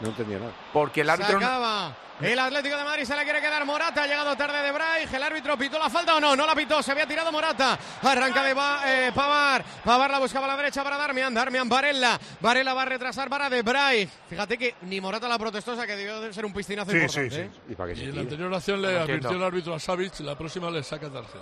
S2: No he entendido nada.
S5: Porque el árbitro
S10: Se acaba. El Atlético de Madrid se la quiere quedar Morata. Ha llegado tarde de Braij. El árbitro pitó la falta o no. No la pitó. Se había tirado Morata. Arranca de Ba- eh, Pavar. Pavar la buscaba a la derecha para Darmian. Darmian Varela. Varela va a retrasar para de Braij. Fíjate que ni Morata la protestó, o sea que debió de ser un piscinazo importante. ¿eh?
S2: ¿Y para qué se
S3: en la
S2: tira?
S3: anterior acción
S2: No
S3: le
S2: entiendo.
S3: advirtió el árbitro a Savic, la próxima le saca tarjeta.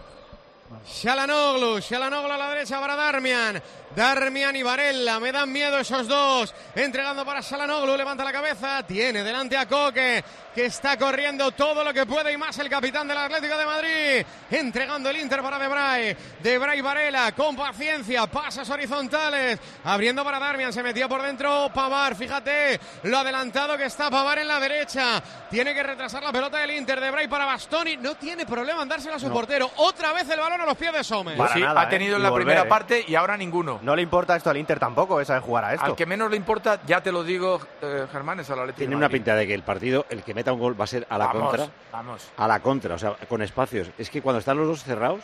S10: Shalanoglu, Shalanoglu a la derecha para Darmian. Darmian y Varela, me dan miedo esos dos. Entregando para Shalanoglu, levanta la cabeza, tiene delante a Coque. que está corriendo todo lo que puede y más el capitán del Atlético de Madrid, entregando el Inter para Debray, Debray Varela con paciencia, pases horizontales, abriendo para Darmian, se metía por dentro Pavar, fíjate lo adelantado que está Pavar en la derecha, tiene que retrasar la pelota del Inter, Debray para Bastoni, no tiene problema en dársela a su
S7: No.
S10: portero, otra vez el balón a los pies de Sommer.
S7: Para nada,
S5: Pues ha tenido
S7: ¿eh?
S5: en
S7: Y
S5: la
S7: volver,
S5: primera
S7: ¿eh?
S5: parte y ahora ninguno.
S7: No le importa esto al Inter tampoco, esa de jugar a esto.
S5: Al que menos le importa, ya te lo digo, eh, Germán, es al Atlético de
S2: Tiene una
S5: Madrid.
S2: pinta de que el partido, el que meta un gol va a ser a la
S5: Vamos,
S2: contra.
S5: vamos.
S2: A la contra, o sea, con espacios. Es que cuando están los dos cerrados,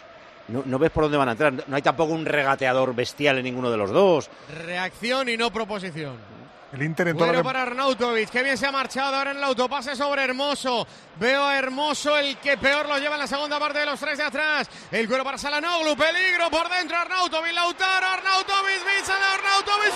S2: no, no ves por dónde van a entrar. No hay tampoco un regateador bestial en ninguno de los dos.
S10: Reacción y no proposición.
S11: El Inter en toda
S10: Bueno
S11: la
S10: para Arnautovic, que bien se ha marchado ahora en el autopase sobre Hermoso. Veo a Hermoso el que peor lo lleva en la segunda parte de los tres de atrás. El cuero para Salanoglu, peligro por dentro Arnautovic, Lautaro, Arnautovic, Vincent, Arnautovic,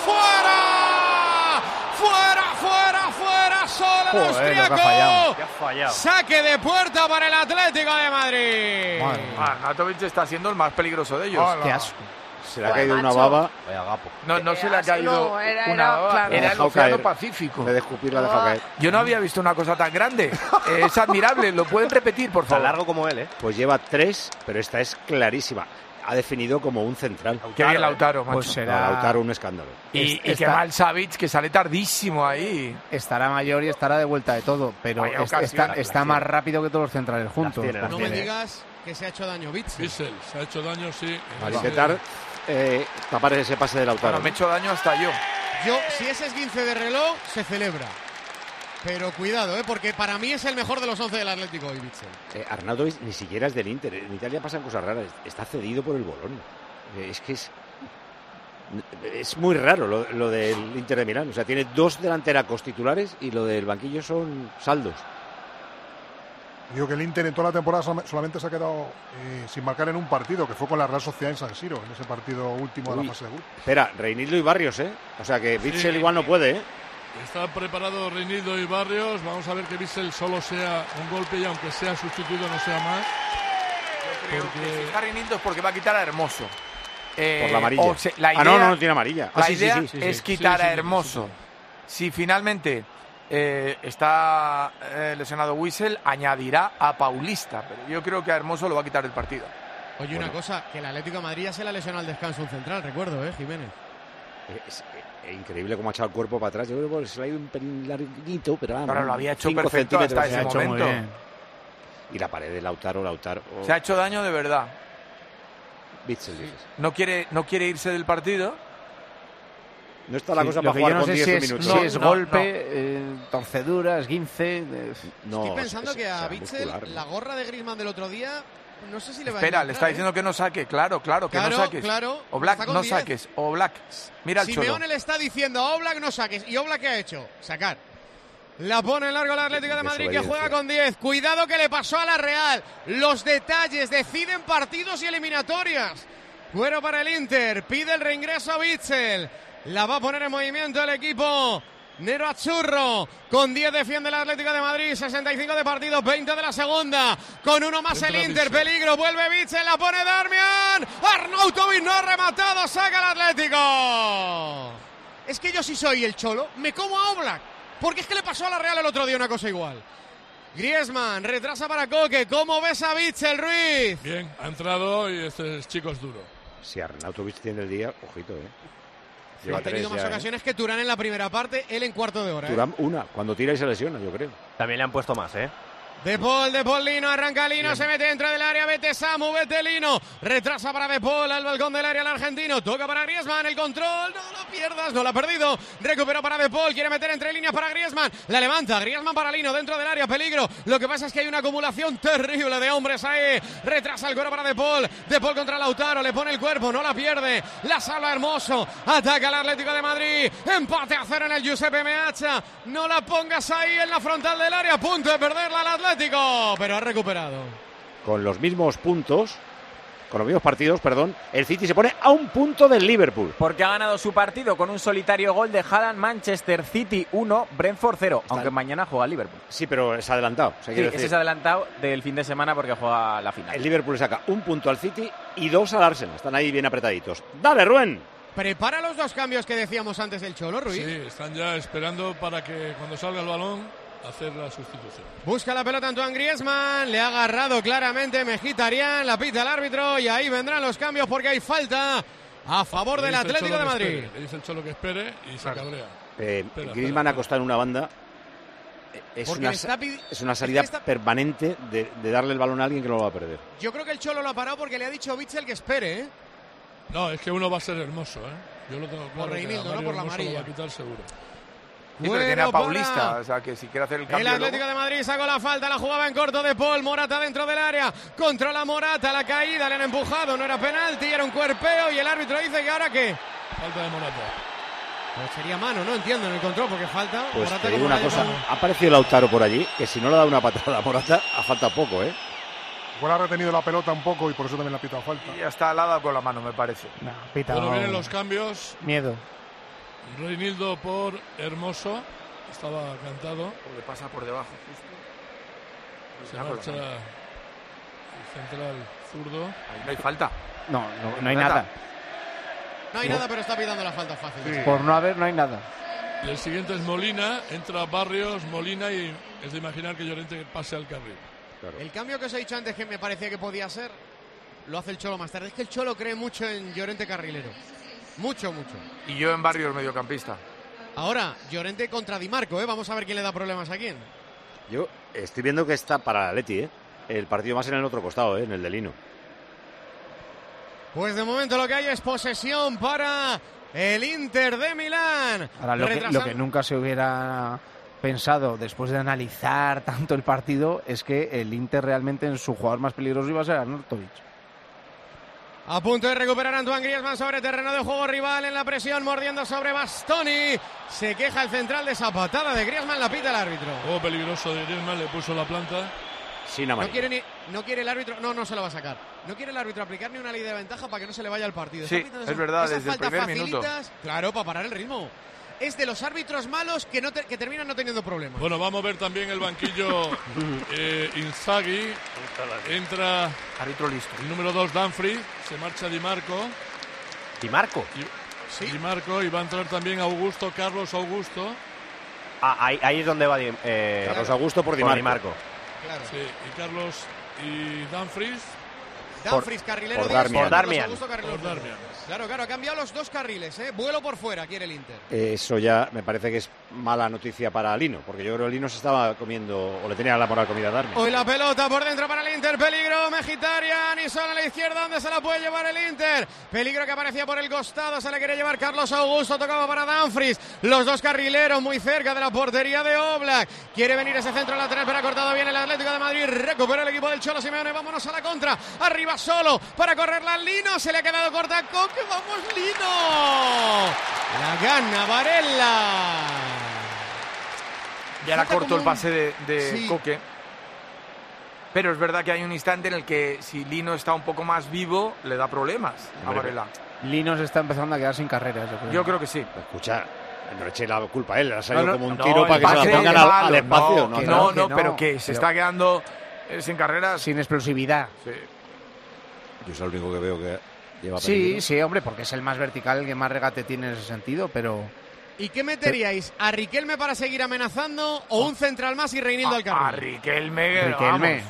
S10: fuera! ¡Fuera, fuera, fuera! ¡Solo el
S7: Joder, lo que ha
S10: austriaco!
S7: fallado, que ha fallado.
S10: Saque de puerta para el Atlético de Madrid.
S5: Ah, Arnautovic está siendo el más peligroso de ellos.
S10: Hola. Qué asco.
S2: Se le ha caído una baba.
S5: No, no se le ha
S12: asco,
S5: caído
S12: no, era-
S5: una
S12: era-
S5: baba.
S12: claro.
S5: Era el
S2: Dejado
S5: Océano
S2: caer.
S5: Pacífico.
S2: De descupir la ha dejado caer.
S5: Yo no había visto una cosa tan grande. Eh, es admirable. Lo pueden repetir, por favor.
S2: largo como él, ¿eh? Pues lleva tres, pero esta es clarísima. Ha definido como un central.
S5: Qué bien Lautaro, macho.
S2: Pues será... Lautaro un escándalo.
S5: Y, y qué
S4: Está-
S5: mal Savic, que sale tardísimo ahí.
S4: Estará mayor y estará de vuelta de todo, pero
S5: Vaya
S4: es-
S5: ocasión,
S4: está,
S5: las
S4: está
S5: tiene.
S4: más rápido que todos los centrales juntos.
S5: tiene, las
S10: No me digas que se ha hecho daño Bitzel.
S3: se ha hecho daño, sí.
S2: Para intentar eh, tapar ese pase de Lautaro.
S5: Bueno, me he hecho daño hasta yo.
S10: Yo, si ese es 15 de reloj, se celebra. Pero cuidado, ¿eh? porque para mí es el mejor de los 11 del Atlético hoy, Bitzel.
S2: Eh, Arnautovic ni siquiera es del Inter. En Italia pasan cosas raras. Está cedido por el Bolonia. Eh, Es que es. Es muy raro lo, lo del Inter de Milán. O sea, tiene dos delanteracos titulares y lo del banquillo son saldos.
S11: Digo que el Inter en toda la temporada solam- solamente se ha quedado eh, sin marcar en un partido, que fue con la Real Sociedad en San Siro, en ese partido último de
S2: Uy.
S11: la fase de grupo.
S2: Espera, Reinildo y Barrios, ¿eh? O sea que Bitzel igual no puede, ¿eh?
S3: Está preparado Reinido y Barrios. Vamos a ver que Bissell solo sea un golpe y aunque sea sustituido no sea más.
S5: Creo que si Harry Nildo es porque va a quitar a Hermoso. Eh,
S2: Por la amarilla.
S5: o sea, la
S2: Ah, no,
S5: idea-
S2: no, no tiene amarilla. Ah,
S5: La
S2: sí, sí,
S5: idea
S2: sí, sí, sí.
S5: es
S2: Sí,
S5: quitar
S2: sí, sí,
S5: a Hermoso. Si finalmente eh, está eh, lesionado Whistle, añadirá a Paulista. Pero yo creo que a Hermoso lo va a quitar del partido.
S10: Oye, una cosa, que el Atlético de Madrid ya se la lesionó al descanso un central, recuerdo, ¿eh, Jiménez?
S2: Es, eh, increíble cómo ha echado el cuerpo para atrás. Yo creo que se le ha ido un pelín larguito, pero vamos,
S5: Pero lo había hecho
S2: cinco
S5: perfecto hasta
S2: centímetros.
S5: ese Se ha hecho muy momento. bien.
S2: Y la pared de Lautaro, Lautaro. oh,
S5: Se ha hecho daño de verdad.
S2: Bitzel, dices.
S5: No quiere, no quiere irse del partido.
S2: No está la
S4: Sí,
S2: cosa
S4: lo
S2: para
S4: que
S2: jugar
S4: yo no
S2: con
S4: sé
S2: 10
S4: si es,
S2: minutos.
S4: si es golpe, eh, torcedura, esguince. eh,
S10: Estoy pensando que a Bitzel, la gorra de Griezmann del otro día, no sé si le va a
S5: Espera, le está
S10: encontrar,
S5: diciendo que no saque. Claro, claro, que
S10: Claro,
S5: no saques.
S10: claro.
S5: O Black,
S10: Está con
S5: no
S10: 10.
S5: saques. O Black.
S10: ¿eh?
S5: Mira el cholo.
S10: Simeone le está diciendo a Oblak no saques. ¿Y Oblak qué ha hecho? Sacar. La pone en largo el Atlético de Madrid que juega con 10. Cuidado que le pasó a la Real. Los detalles deciden partidos y eliminatorias. Cuero para el Inter. Pide el reingreso a Bitzel. La va a poner en movimiento el equipo. Nero Achurro con 10 defiende el Atlético de Madrid, 65 de partido, 20 de la segunda, con uno más el
S13: Entra
S10: Inter,
S13: Bitzel.
S10: peligro, vuelve Bitzel, la pone Darmian, Arnautovic no ha rematado, saca el Atlético. Es que yo sí soy el cholo, me como a Oblak, porque es que le pasó a la Real el otro día una cosa igual. Griezmann, retrasa para Coque, ¿cómo ves a Bitzel Ruiz?
S3: Bien, ha entrado y este es- chico es duro.
S2: Si Arnautovic tiene el día, ojito, ¿eh?
S10: ha tenido más
S2: ya, ¿eh?
S10: ocasiones que Turán en la primera parte, él en cuarto de hora. ¿eh?
S2: Thuram una, cuando tira y se lesiona, yo creo. También le han puesto más, ¿eh?
S10: De Paul, De Paul Lino, arranca Lino, se mete dentro del área, vete Samu, vete Lino, retrasa para De Paul, al balcón del área el argentino, toca para Griezmann, el control, no lo pierdas, no lo ha perdido, recuperó para De Paul, quiere meter entre líneas para Griezmann, la levanta, Griezmann para Lino, dentro del área, peligro, lo que pasa es que hay una acumulación terrible de hombres ahí, retrasa el cuero para De Paul, De Paul contra Lautaro, le pone el cuerpo, no la pierde, la salva Hermoso, ataca al Atlético de Madrid, empate a cero en el Giuseppe Meazza, no la pongas ahí en la frontal del área, a punto de perderla al Atlético, pero ha recuperado.
S2: Con los mismos puntos, con los mismos partidos, perdón, el City se pone a un punto del Liverpool.
S6: Porque ha ganado su partido con un solitario gol de Haaland, Manchester City 1, Brentford 0. Aunque mañana juega el Liverpool.
S2: Sí, pero es adelantado. o sea,
S6: Sí,
S2: quiero
S6: ese
S2: decir,
S6: es adelantado del fin de semana porque juega la final.
S2: el Liverpool saca un punto al City y dos al Arsenal. Están ahí bien apretaditos. ¡Dale, Ruen!
S10: Prepara los dos cambios que decíamos antes del Cholo, Ruiz.
S3: Sí, están ya esperando para que cuando salga el balón hacer la sustitución.
S10: Busca la pelota Antoine Griezmann, le ha agarrado claramente Mejitarián, la pita el árbitro y ahí vendrán los cambios porque hay falta a favor
S3: Le
S10: del
S3: dice el
S10: Atlético
S3: Cholo
S10: de
S3: que
S10: Madrid.
S3: espere, le dice el Cholo que espere y se cabrea.
S2: Eh,
S3: Espera,
S2: Griezmann acostado en una banda eh, es
S10: Porque
S2: una,
S10: le está
S2: sa-
S10: pidi-
S2: es una salida
S10: es que está-
S2: permanente de, de darle el balón a alguien que no lo va a perder.
S10: Yo creo que el Cholo lo ha parado porque le ha dicho Bitzel que espere, ¿eh?
S3: No, es que uno va a ser hermoso, ¿eh? Yo lo tengo claro. que
S10: Reinildo,
S3: a
S10: ¿no?
S3: Mario
S10: Por la
S3: Hermoso lo va
S10: amarilla.
S3: a quitar seguro.
S5: Y pero tiene a
S10: Bueno, para-
S5: Paulista, o sea que si quiere hacer el
S10: El
S5: cambio.
S10: Atlético de Madrid sacó la falta, la jugaba en corto de Paul, Morata dentro del área, controla Morata, la caída, le han empujado, no era penalti, era un cuerpeo y el árbitro dice que ahora qué.
S3: Falta de Morata.
S10: Pues sería mano, no entiendo en el control porque falta.
S2: Pues
S10: Morata
S2: te digo
S10: como
S2: una
S10: la
S2: cosa,
S10: llama-
S2: ha aparecido Lautaro por allí, que si no le ha dado una patada a Morata, ha falta poco, ¿eh?
S11: Igual ha retenido la pelota un poco y por eso también la ha pitado falta.
S5: Y hasta alada con la mano, me parece.
S11: pita
S3: Bueno,
S11: no.
S3: vienen los cambios.
S4: Miedo.
S3: Reinildo por Hermoso. Estaba cantado.
S5: Le pasa por debajo, justo.
S3: Se
S5: Ah, con la
S3: marcha
S5: mano.
S3: el central zurdo.
S5: No hay falta.
S4: No, no, no hay nada.
S10: No hay nada, pero está pitando la falta fácil.
S4: Por no haber, no hay nada.
S3: Y el siguiente es Molina. Entra Barrios, Molina y es de imaginar que Llorente pase al carril.
S10: El cambio que os he dicho antes que me parecía que podía ser, lo hace el Cholo más tarde. Es que el Cholo cree mucho en Llorente Carrilero. Mucho, mucho.
S5: Y yo en Barrios, mediocampista.
S10: Ahora, Llorente contra Di Marco, ¿eh? Vamos a ver quién le da problemas a quién.
S2: Yo estoy viendo que está para el Atleti, ¿eh? El partido más en el otro costado, ¿eh? En el de Lino.
S10: Pues de momento lo que hay es posesión para el Inter de Milán.
S4: Ahora, lo que, lo
S10: Retrasando-
S4: que nunca se hubiera pensado después de analizar tanto el partido es que el Inter realmente en su jugador más peligroso iba a ser Arnautovic.
S10: A punto de recuperar Antoine Griezmann sobre terreno de juego rival en la presión, mordiendo sobre Bastoni. Se queja el central de esa patada de Griezmann, la pita el árbitro.
S3: Juego Oh, peligroso de Griezmann, le puso la planta.
S2: Sin
S10: No quiere, ni- no quiere el árbitro, no, no se lo va a sacar. No quiere el árbitro aplicar ni una ley de ventaja para que no se le vaya el partido.
S5: Sí,
S10: Está pitando
S5: es
S10: esas-
S5: verdad,
S10: esas
S5: desde el
S10: faltas
S5: primer minuto.
S10: facilitas, Claro, para parar el ritmo. Es de los árbitros malos que, no te- que terminan no teniendo problemas.
S3: Bueno, vamos a ver también el banquillo eh, Inzaghi. Entra el número 2, Danfrey. Se marcha Di Marco.
S7: ¿Y Marco?
S3: Di Marco. Y va a entrar también Augusto, Carlos Augusto.
S7: Ah, ahí, ahí es donde va Di- eh,
S3: Carlos Augusto por Di
S7: Di
S3: Marco.
S7: Marco.
S3: Sí, Eh, y Carlos y Danfries.
S10: Danfries, carrilero
S7: por
S10: de Barça,
S7: Darmian.
S10: Carlos
S7: Por Darmian.
S10: Augusto, carrilero.
S3: Por Darmian.
S10: Claro, claro, ha cambiado los dos carriles, ¿eh? Vuelo por fuera, quiere el Inter.
S2: Eh, Eso ya me parece que es mala noticia para Lino, porque yo creo que Lino se estaba comiendo, o le tenía la moral comida a Darmian.
S10: Hoy la pelota por dentro para el Inter, peligro Mejitarian y solo a la izquierda donde se la puede llevar el Inter. Peligro que aparecía por el costado, se la quería llevar Carlos Augusto, tocaba para Danfries. Los dos carrileros muy cerca de la portería de Oblak. Quiere venir ese centro lateral, pero ha cortado bien el Atlético de Madrid. Recupera el equipo del Cholo Simeone, vámonos a la contra. Arriba solo para correrla Lino, se le ha quedado corta Coque, vamos Lino. La gana Varela.
S5: Y ahora
S10: Falta
S5: corto
S10: como
S5: el pase de, de
S10: Sí.
S5: Coque. Pero es verdad que hay un instante en el que si Lino está un poco más vivo, le da problemas a
S2: Hombre,
S5: Varela.
S4: Linos está empezando a quedar sin carreras. Yo creo.
S5: Yo creo que sí.
S2: Escucha, no eche la culpa a él, le ha salido
S5: No, no,
S2: como un
S5: no,
S2: tiro
S5: el
S2: para que se
S5: pase
S2: la
S5: es
S2: pongan al, al
S5: malo,
S2: espacio.
S5: No,
S2: ¿no?
S5: que
S2: Atrás.
S5: no, no, pero que se
S4: pero-
S5: está quedando eh, sin carreras.
S4: Sin explosividad.
S2: Yo es lo único que veo que lleva
S4: Sí,
S2: peligro.
S4: sí, hombre, porque es el más vertical, el que más regate tiene en ese sentido, pero...
S10: ¿Y qué meteríais? ¿A Riquelme para seguir amenazando o un central más y Reinildo al
S5: A
S10: carril?
S5: Riquelme, que
S4: Riquelme.
S5: vamos.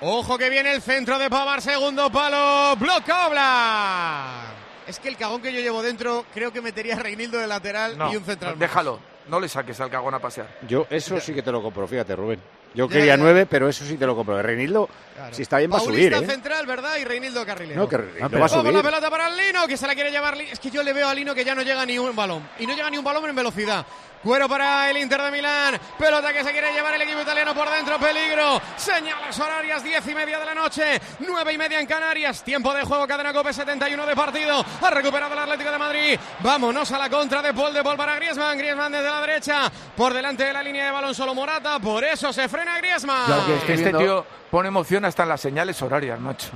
S10: Ojo que viene el centro de Pavar, segundo palo, bloca Oblak. Es que el cagón que yo llevo dentro creo que metería a Reinildo de lateral
S5: No,
S10: y un central más.
S5: déjalo. No le saques al cagón a pasear.
S2: Yo eso sí que te lo compro, fíjate, Rubén. Yo
S5: Ya,
S2: quería
S5: ya.
S2: nueve, pero eso sí te lo compro. Reinildo, si está bien, va a subir,
S10: Paulista
S2: ¿eh?
S10: central, ¿verdad? Y Reinildo carrilero.
S2: No, que Reinildo
S10: pero-
S2: va a
S10: Vamos, la
S2: subir.
S10: pelota para Lino, que se la quiere llevar. Li- Es que yo le veo a Lino que ya no llega ni un balón. Y no llega ni un balón en velocidad. Cuero para el Inter de Milán. Pelota que se quiere llevar el equipo italiano por dentro. Peligro. Señales horarias, diez y media de la noche. Nueve y media en Canarias. Tiempo de juego. Cadena Cope 71 de partido. Ha recuperado el Atlético de Madrid. Vámonos a la contra de Paul de Paul para Griezmann. Griezmann desde la derecha. Por delante de la línea de balón solo Morata. Por eso se frena Griezmann.
S5: este tío pone emoción hasta en las señales horarias, macho.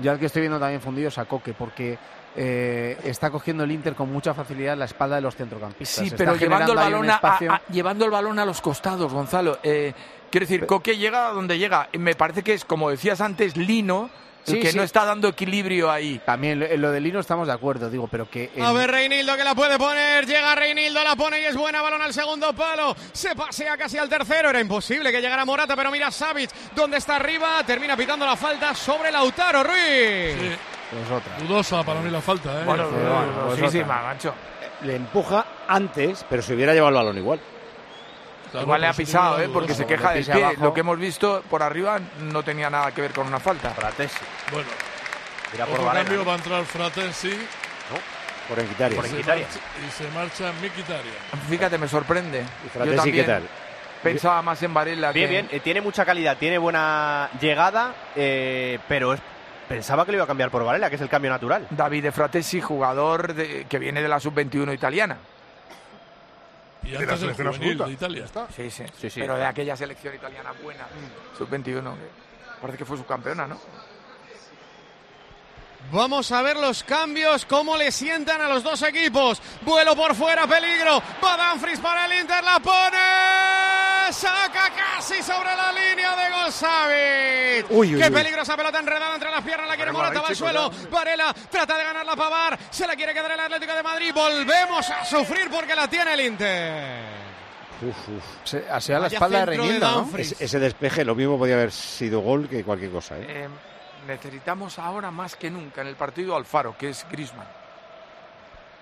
S4: Yo al que estoy viendo también fundido es a Coque, porque eh, está cogiendo el Inter con mucha facilidad la espalda de los centrocampistas.
S5: Sí,
S4: Está
S5: pero llevando el,
S4: generando ahí
S5: balón
S4: un
S5: a-
S4: espacio-
S5: a, a- llevando el balón a los costados, Gonzalo. Eh, quiero decir, Coque llega a donde llega. Me parece que es, como decías antes, Lino, el
S4: Sí,
S5: que
S4: sí.
S5: no está dando equilibrio ahí.
S4: También en lo de Lino estamos de acuerdo, digo, pero que en-
S10: A ver, Reinildo que la puede poner. Llega Reinildo, la pone y es buena. Balón al segundo palo. Se pasea casi al tercero. Era imposible que llegara Morata, pero mira Savic. Donde está arriba? Termina pitando la falta sobre Lautaro Ruiz.
S4: pues otra.
S3: Dudosa para mí la falta, ¿eh?
S5: Bueno,
S3: Sí,
S5: bueno,
S3: bueno,
S5: bueno,
S3: pues
S5: sí, sí,
S3: otra.
S5: Magancho.
S2: Le empuja antes, pero se hubiera llevado el balón igual.
S5: Igual le ha pisado, ¿eh? porque se queja del
S2: Desde
S5: pie.
S2: abajo.
S5: Lo que hemos visto por arriba no tenía nada que ver con una falta.
S3: Bueno,
S5: Mira
S3: Otro cambio va a entrar Fratesi
S2: Por Enquitaria.
S5: Por
S3: y, se
S5: Mkhitaryan.
S3: marcha- y se marcha Miquitaria.
S5: Fíjate, me sorprende.
S7: Fratesi,
S5: Yo también
S7: ¿qué tal?
S5: Pensaba más en Varela
S7: Bien,
S5: que-
S7: bien, eh, tiene mucha calidad, tiene buena llegada, eh, pero es- pensaba que lo iba a cambiar por Varela, que es el cambio natural.
S5: David de Fratesi, jugador de- que viene de la sub-21 italiana.
S3: Y
S5: la
S3: antes el
S5: selección
S3: juvenil
S5: absoluta.
S3: de Italia.
S5: Sí, sí.
S7: Sí, sí.
S5: Pero de aquella selección italiana buena, sub-21, que parece que fue subcampeona, ¿no?
S10: Vamos a ver los cambios, cómo le sientan a los dos equipos. Vuelo por fuera, peligro. Va Danfries para el Inter, la pone. Saca casi sobre la línea de González.
S2: Uy, uy,
S10: Qué
S2: uy.
S10: peligro esa pelota enredada entre las piernas. La quiere Morata, va al suelo. Varela trata de ganarla Pavar. Se la quiere quedar el Atlético de Madrid. Volvemos a sufrir porque la tiene el Inter.
S2: Uf, uf.
S4: Se, así a la
S10: Vaya
S4: espalda de
S10: centro de
S4: Reinildo, ¿no?
S10: Dumfries.
S2: Ese- ese despeje, lo mismo podía haber sido gol que cualquier cosa. ¿eh?
S5: Eh, necesitamos ahora más que nunca en el partido Alfaro, que es Grisman.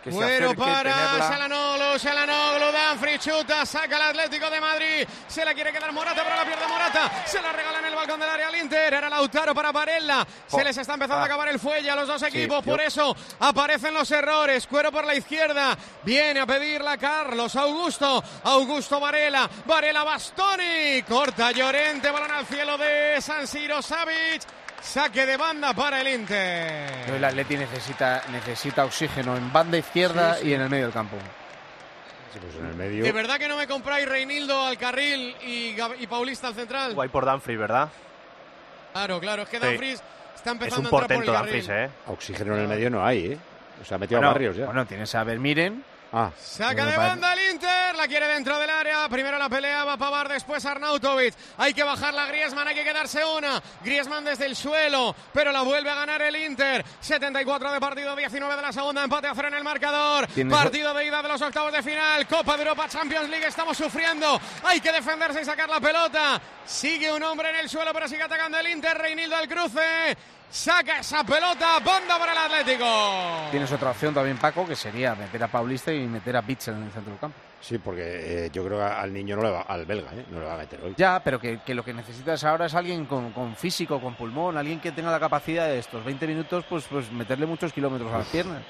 S5: Que se
S10: Bueno
S5: acerque,
S10: para
S5: tenerla-
S10: Salanoglu, Salanoglu, Danfri chuta, saca el Atlético de Madrid, se la quiere quedar Morata, pero la pierde Morata, se la regala en el balcón del área al Inter, era Lautaro para Varela, se
S5: Jo,
S10: les está
S5: ah.
S10: empezando a acabar el fuelle a los dos equipos,
S5: yo-
S10: por eso aparecen los errores, cuero por la izquierda, viene a pedirla Carlos Augusto, Augusto Varela, Varela Bastoni, corta Llorente, balón al cielo de San Siro Savic, saque de banda para el Inter.
S4: El Atleti necesita, necesita oxígeno en banda izquierda
S10: Sí, sí.
S4: y en el medio del campo.
S2: Sí, pues en el medio.
S10: De verdad que no me compráis Reinildo al carril y, Gab- y Paulista al central.
S7: Guay por Danfries, ¿verdad?
S10: Claro, claro, es que
S7: Sí.
S10: Danfries está
S7: Es
S10: empezando
S7: un
S10: a entrar
S7: portento
S10: por el
S7: Danfries,
S10: carril.
S7: ¿eh?
S2: Oxígeno en el medio no hay, ¿eh? O sea, ha metido
S4: Bueno,
S2: a Barrios ya.
S4: Bueno, tienes a ver, miren.
S2: Ah.
S10: Saca de banda el Inter, la quiere dentro del área. Primero la pelea va Pavar, después Arnautovic. Hay que bajarla a Griezmann, hay que quedarse una. Griezmann desde el suelo, pero la vuelve a ganar el Inter. 74 de partido, 19 de la segunda, empate a cero en el marcador.
S4: Tienes-
S10: Partido de ida de los octavos de final, Copa de Europa, Champions League, estamos sufriendo. Hay que defenderse y sacar la pelota. Sigue un hombre en el suelo, pero sigue atacando el Inter. Reinildo al cruce. Saca esa pelota, banda para el Atlético.
S4: Tienes otra opción también, Paco, que sería meter a Paulista y meter a Bitzel en el centro del campo.
S2: Sí, porque eh, yo creo que al niño no le va, al belga, ¿eh? No le va a meter hoy.
S4: Ya, pero que, que lo que necesitas ahora es alguien con, con físico, con pulmón, alguien que tenga la capacidad de estos 20 minutos, pues, pues meterle muchos kilómetros a las piernas.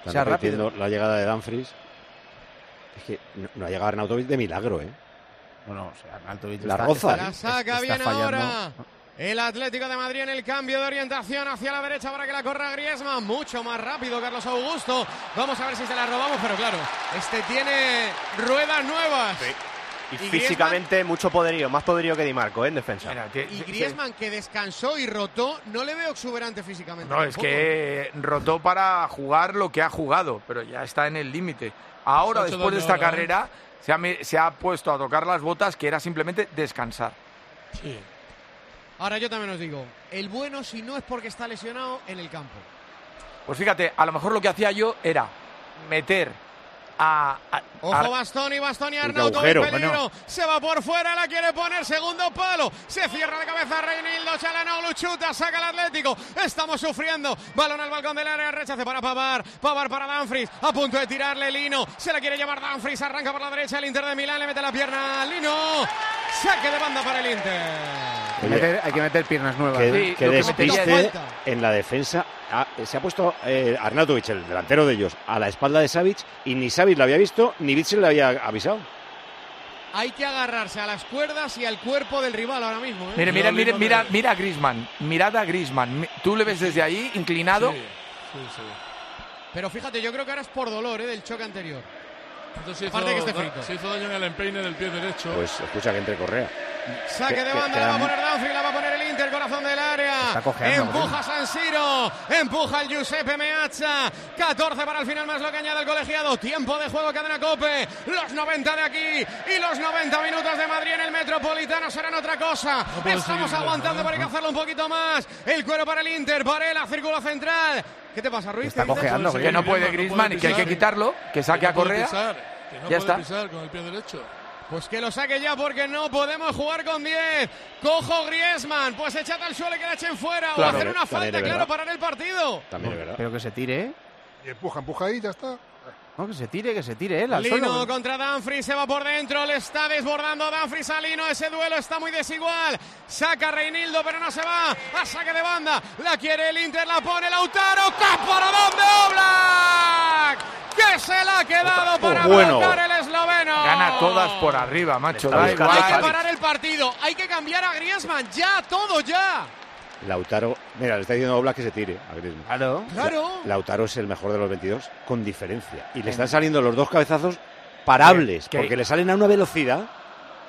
S2: Están
S4: sea rápido.
S2: repitiendo la llegada de Danfries. Es que no, no ha llegado Arnautovic de milagro, ¿eh?
S4: Bueno, o sea, Arnautovic
S2: La
S4: está-
S2: roza.
S4: está-
S10: La saca
S4: está
S10: bien
S4: fallando.
S10: ahora. El Atlético de Madrid en el cambio de orientación hacia la derecha para que la corra Griezmann. Mucho más rápido Carlos Augusto. Vamos a ver si se la robamos, pero claro, este tiene ruedas nuevas.
S7: Y,
S10: Griezmann-
S7: físicamente mucho poderío, más poderío que Di Marco, ¿eh? en defensa.
S10: Y Griezmann, que descansó y rotó, no le veo exuberante físicamente.
S5: No, es
S10: tampoco.
S5: que rotó para jugar lo que ha jugado, pero ya está en el límite. Ahora,
S3: Está hecho
S5: después
S3: daño
S5: de esta
S3: ahora, ¿eh?
S5: carrera, se ha, me- se ha puesto a tocar las botas, que era simplemente descansar.
S3: Sí.
S10: Ahora yo también os digo, el bueno si no es porque está lesionado en el campo.
S5: Pues fíjate, a lo mejor lo que hacía yo era meter a. a-
S10: Ojo
S5: a-
S10: Bastoni, Bastoni,
S5: Uy, qué
S10: Arnauto,
S5: agujero.
S10: peligro.
S5: Bueno.
S10: Se va por fuera, la quiere poner, segundo palo. Se cierra de cabeza Reinildo, Chalanoglu, chuta, saca el Atlético. Estamos sufriendo. Balón al balcón del área, rechace para Pavar. Pavar para Danfries, a punto de tirarle Lino. Se la quiere llevar Danfries, arranca por la derecha el Inter de Milán, le mete la pierna a Lino. Saque de banda para el Inter.
S4: Hay que ¿eh? meter- hay que meter piernas nuevas.
S2: Que,
S4: ¿no?
S2: que despiste en la defensa. Ah, se ha puesto eh, Arnautovic, el delantero de ellos, a la espalda de Savic y ni Savic lo había visto ni Bitzel le había avisado.
S10: Hay que agarrarse a las cuerdas y al cuerpo del rival ahora mismo. ¿eh?
S5: Mire, mira, mira, mira, mira a Grisman. Mirad a Grisman. Mi- Tú le ves desde ahí, inclinado.
S3: Sí, sí, sí.
S10: Pero fíjate, yo creo que ahora es por dolor ¿eh? del choque anterior.
S3: Entonces se hizo,
S10: Aparte que esté
S3: da-
S10: frito.
S3: se hizo daño en el empeine del pie derecho.
S2: Pues escucha que entre Correa.
S10: Saque
S13: Que-
S10: de
S13: que-
S10: banda,
S13: que
S10: la va a
S13: dan-
S10: poner Danfield, la va a poner el Inter, corazón del área.
S13: Está cojeando,
S10: empuja San Siro, empuja el Giuseppe Meazza. 14 para el final, más lo que añade el colegiado. Tiempo de juego, cadena cope. Los 90 de aquí y los 90 minutos de Madrid en el Metropolitano serán otra cosa.
S13: puedo
S10: Estamos
S13: seguir,
S10: aguantando, pero hay que hacerlo un poquito más. El cuero para el Inter, Varela, círculo central. ¿Qué te pasa, Ruiz? ¿Qué dices?
S5: Que no puede Griezmann y que hay que quitarlo, que saque a
S10: puede
S5: Correa.
S10: pisar,
S3: Que no
S5: Ya
S3: puede
S5: está.
S3: pisar con el pie derecho.
S10: Pues que lo saque ya porque no podemos jugar con 10. Cojo Griezmann, pues echate al suelo y que la echen fuera. o
S4: Claro,
S10: hacer una
S4: también
S10: falta,
S4: es
S10: claro,
S4: verdad.
S10: parar el partido.
S4: Pero que se tire, ¿eh?
S11: Y empuja, empuja ahí, ya está.
S4: No, que se tire, que se tire él al
S10: Lino
S4: suelo.
S10: contra Danfries, se va por dentro, le está desbordando Danfries a Lino, ese duelo está muy desigual. Saca Reinildo, pero no se va, a saque de banda, la quiere el Inter, la pone Lautaro, caparadón de Oblak, que se la ha quedado para
S5: bueno.
S10: marcar el esloveno.
S5: Gana todas por arriba, macho.
S2: Está
S5: da
S2: buscando
S5: igual.
S2: a
S10: Hay que parar el partido, hay que cambiar a Griezmann, ya, todo ya.
S2: Lautaro, mira, le está diciendo a Oblak que se tire a Griezmann.
S4: Claro.
S10: Claro.
S2: Lautaro es el mejor de los 22 con diferencia y le están saliendo los dos cabezazos parables
S5: Que- que-
S2: porque le salen a una velocidad.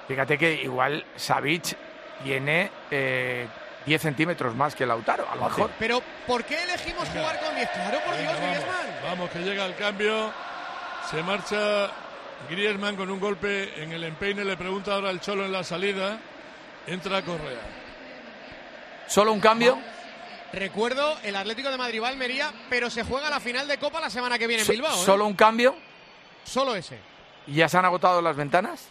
S5: Fíjate que igual Savic tiene eh, 10 centímetros más que Lautaro, a lo mejor.
S10: Pero, ¿por qué elegimos jugar con 10? Claro, por Dios, Griezmann.
S3: Vamos, que llega el cambio. Se marcha Griezmann con un golpe en el empeine. Le pregunta ahora el Cholo en la salida. Entra Correa.
S5: ¿Solo un cambio?
S10: Recuerdo el Atlético de Madrid va a Almería, pero se juega la final de Copa la semana que viene en
S5: So-
S10: Bilbao. ¿eh?
S5: ¿Solo un cambio?
S10: Solo ese.
S5: ¿Y ya se han agotado las ventanas?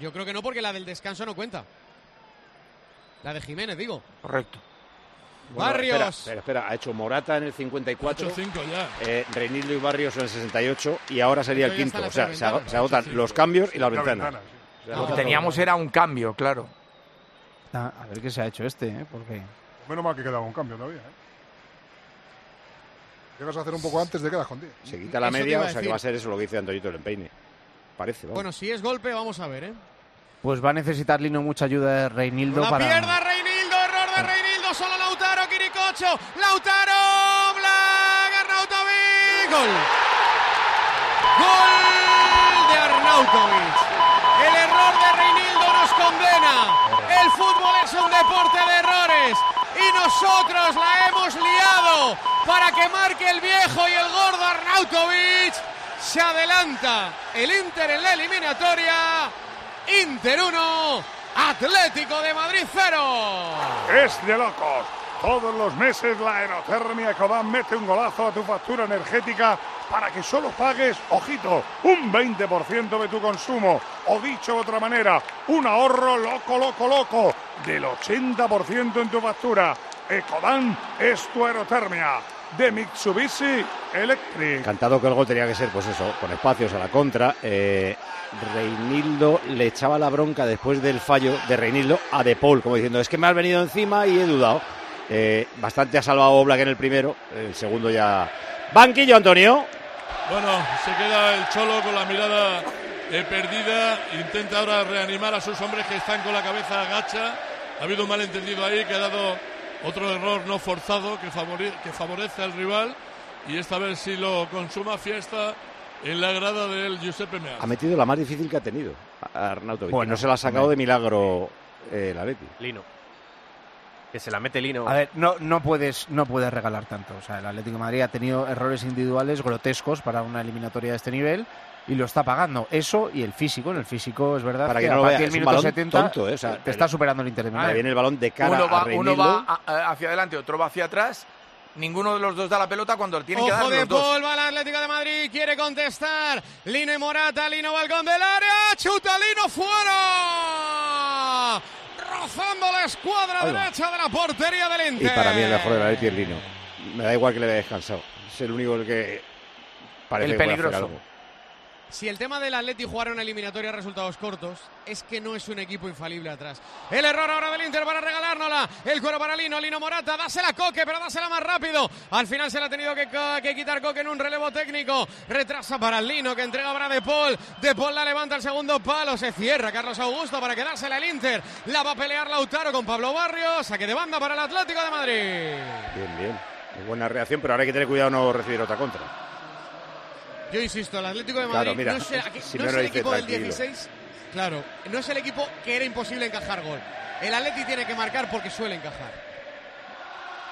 S10: Yo creo que no, porque la del descanso no cuenta. La de Jiménez, digo.
S5: Correcto.
S2: Bueno,
S10: Barrios.
S2: Espera, espera, espera, ha hecho Morata en el 54.
S10: Ha hecho cinco
S3: ya.
S2: Eh, Reinildo y Barrios en el 68 y ahora sería el
S10: Pero ya
S2: quinto.
S10: están
S2: O
S10: las
S2: sea,
S10: tres
S2: se, ag-
S10: ventanas.
S2: se agotan los cambios y las
S11: La
S2: ventanas.
S11: ventana,
S2: Se
S5: Lo que
S2: agota
S5: teníamos era un cambio, claro.
S4: Ah, A ver qué se ha hecho este, ¿eh? Porque...
S11: Menos mal que quedaba un cambio todavía. ¿eh? Llegas a hacer un poco antes de quedas con 10.
S2: todo. Se quita la
S10: Eso te
S2: media,
S10: iba
S2: o
S10: a
S2: sea que
S10: decir.
S2: va a ser eso lo que dice Antoñito el empeine. Parece, vamos.
S10: Bueno, si es golpe, vamos a ver, ¿eh?
S4: Pues va a necesitar Lino mucha ayuda de Reinildo
S10: La
S4: para...
S10: pierda Reinildo, error de Reinildo, solo Lautaro, Quiricocho, Lautaro, Black, Arnautovic, gol. Gol de Arnautovic. El error de Reinildo nos condena. El fútbol es un deporte de errores y nosotros la hemos liado para que marque el viejo y el gordo Arnautovic. Se adelanta el Inter en la eliminatoria. Inter 1, Atlético de Madrid 0.
S8: Es de locos. Todos los meses la aerotermia Ecodan mete un golazo a tu factura energética para que solo pagues, ojito, un 20% de tu consumo. O dicho de otra manera, un ahorro loco, loco, loco del 80% en tu factura. Ecodan es tu aerotermia. De Mitsubishi Electric.
S2: Cantado que el gol tenía que ser, pues eso, con espacios a la contra. Eh, Reinildo le echaba la bronca después del fallo de Reinildo a De Paul, como diciendo, es que me has venido encima y he dudado. Eh, bastante ha salvado Oblak en el primero, el segundo ya... Banquillo, Antonio.
S3: Bueno, se queda el Cholo con la mirada eh, perdida. Intenta ahora reanimar a sus hombres que están con la cabeza agacha. Ha habido un malentendido ahí que ha dado otro error no forzado que, favore- que favorece al rival. Y esta vez si lo consuma fiesta en la grada del Giuseppe Meazza.
S2: Ha metido la más difícil que ha tenido a Arnautovic.
S7: Bueno,
S2: y no se la ha sacado de milagro eh, el Atleti.
S7: Lino. Que se la mete Lino.
S4: A ver, no, no, puedes, no puedes regalar tanto. O sea, el Atlético de Madrid ha tenido errores individuales grotescos para una eliminatoria de este nivel y lo está pagando. Eso y el físico. En el físico, es verdad,
S2: Para
S4: que
S2: que no
S4: a
S2: lo
S4: partir
S2: vea,
S4: del
S2: es un
S4: minuto
S2: balón
S4: 70
S2: tonto, ¿eh? O sea,
S4: te
S2: el-
S4: está superando el Inter de
S2: Le
S4: Madrid.
S2: viene el balón de cara
S4: Uno va- uno
S2: a Reinildo.
S5: Uno va a- a- hacia adelante, otro va hacia atrás. Ninguno de los dos da la pelota cuando tiene que dar
S10: Ojo de
S5: los dos.
S10: polvo al Atlético de Madrid, quiere contestar. Lino y Morata, Lino balcón del área, chuta Lino fuera. Rozando la escuadra
S2: Ahí va.
S10: derecha de la portería del
S2: Y
S10: Inter.
S2: para mí el mejor del Atleti es Lino. Me da igual que le haya descansado. Es el único Eh. el que parece
S5: El
S2: que puede hacer
S5: peligroso.
S2: algo.
S10: Si el tema del Atleti jugar una eliminatoria a resultados cortos es que no es un equipo infalible atrás. El error ahora del Inter para regalárnosla. El cuero para Lino, Lino Morata. Dásela a Coque, pero dásela más rápido. Al final se la ha tenido que, co- que quitar Coque en un relevo técnico. Retrasa para Lino, que entrega ahora De Paul. De Paul la levanta al segundo palo. Se cierra Carlos Augusto para quedársela el Inter. La va a pelear Lautaro con Pablo Barrios. Saque de banda para el Atlético de Madrid.
S2: Bien, bien. Muy buena reacción, pero ahora hay que tener cuidado no recibir otra contra.
S10: Yo insisto, el Atlético de
S2: Claro,
S10: Madrid
S2: mira,
S10: no es, el- aquí-
S2: si
S10: no
S2: me
S10: es
S2: lo
S10: el
S2: dice
S10: equipo del
S2: tranquilo.
S10: 16 Claro, no es el equipo que era imposible encajar gol. El Atleti tiene que marcar porque suele encajar.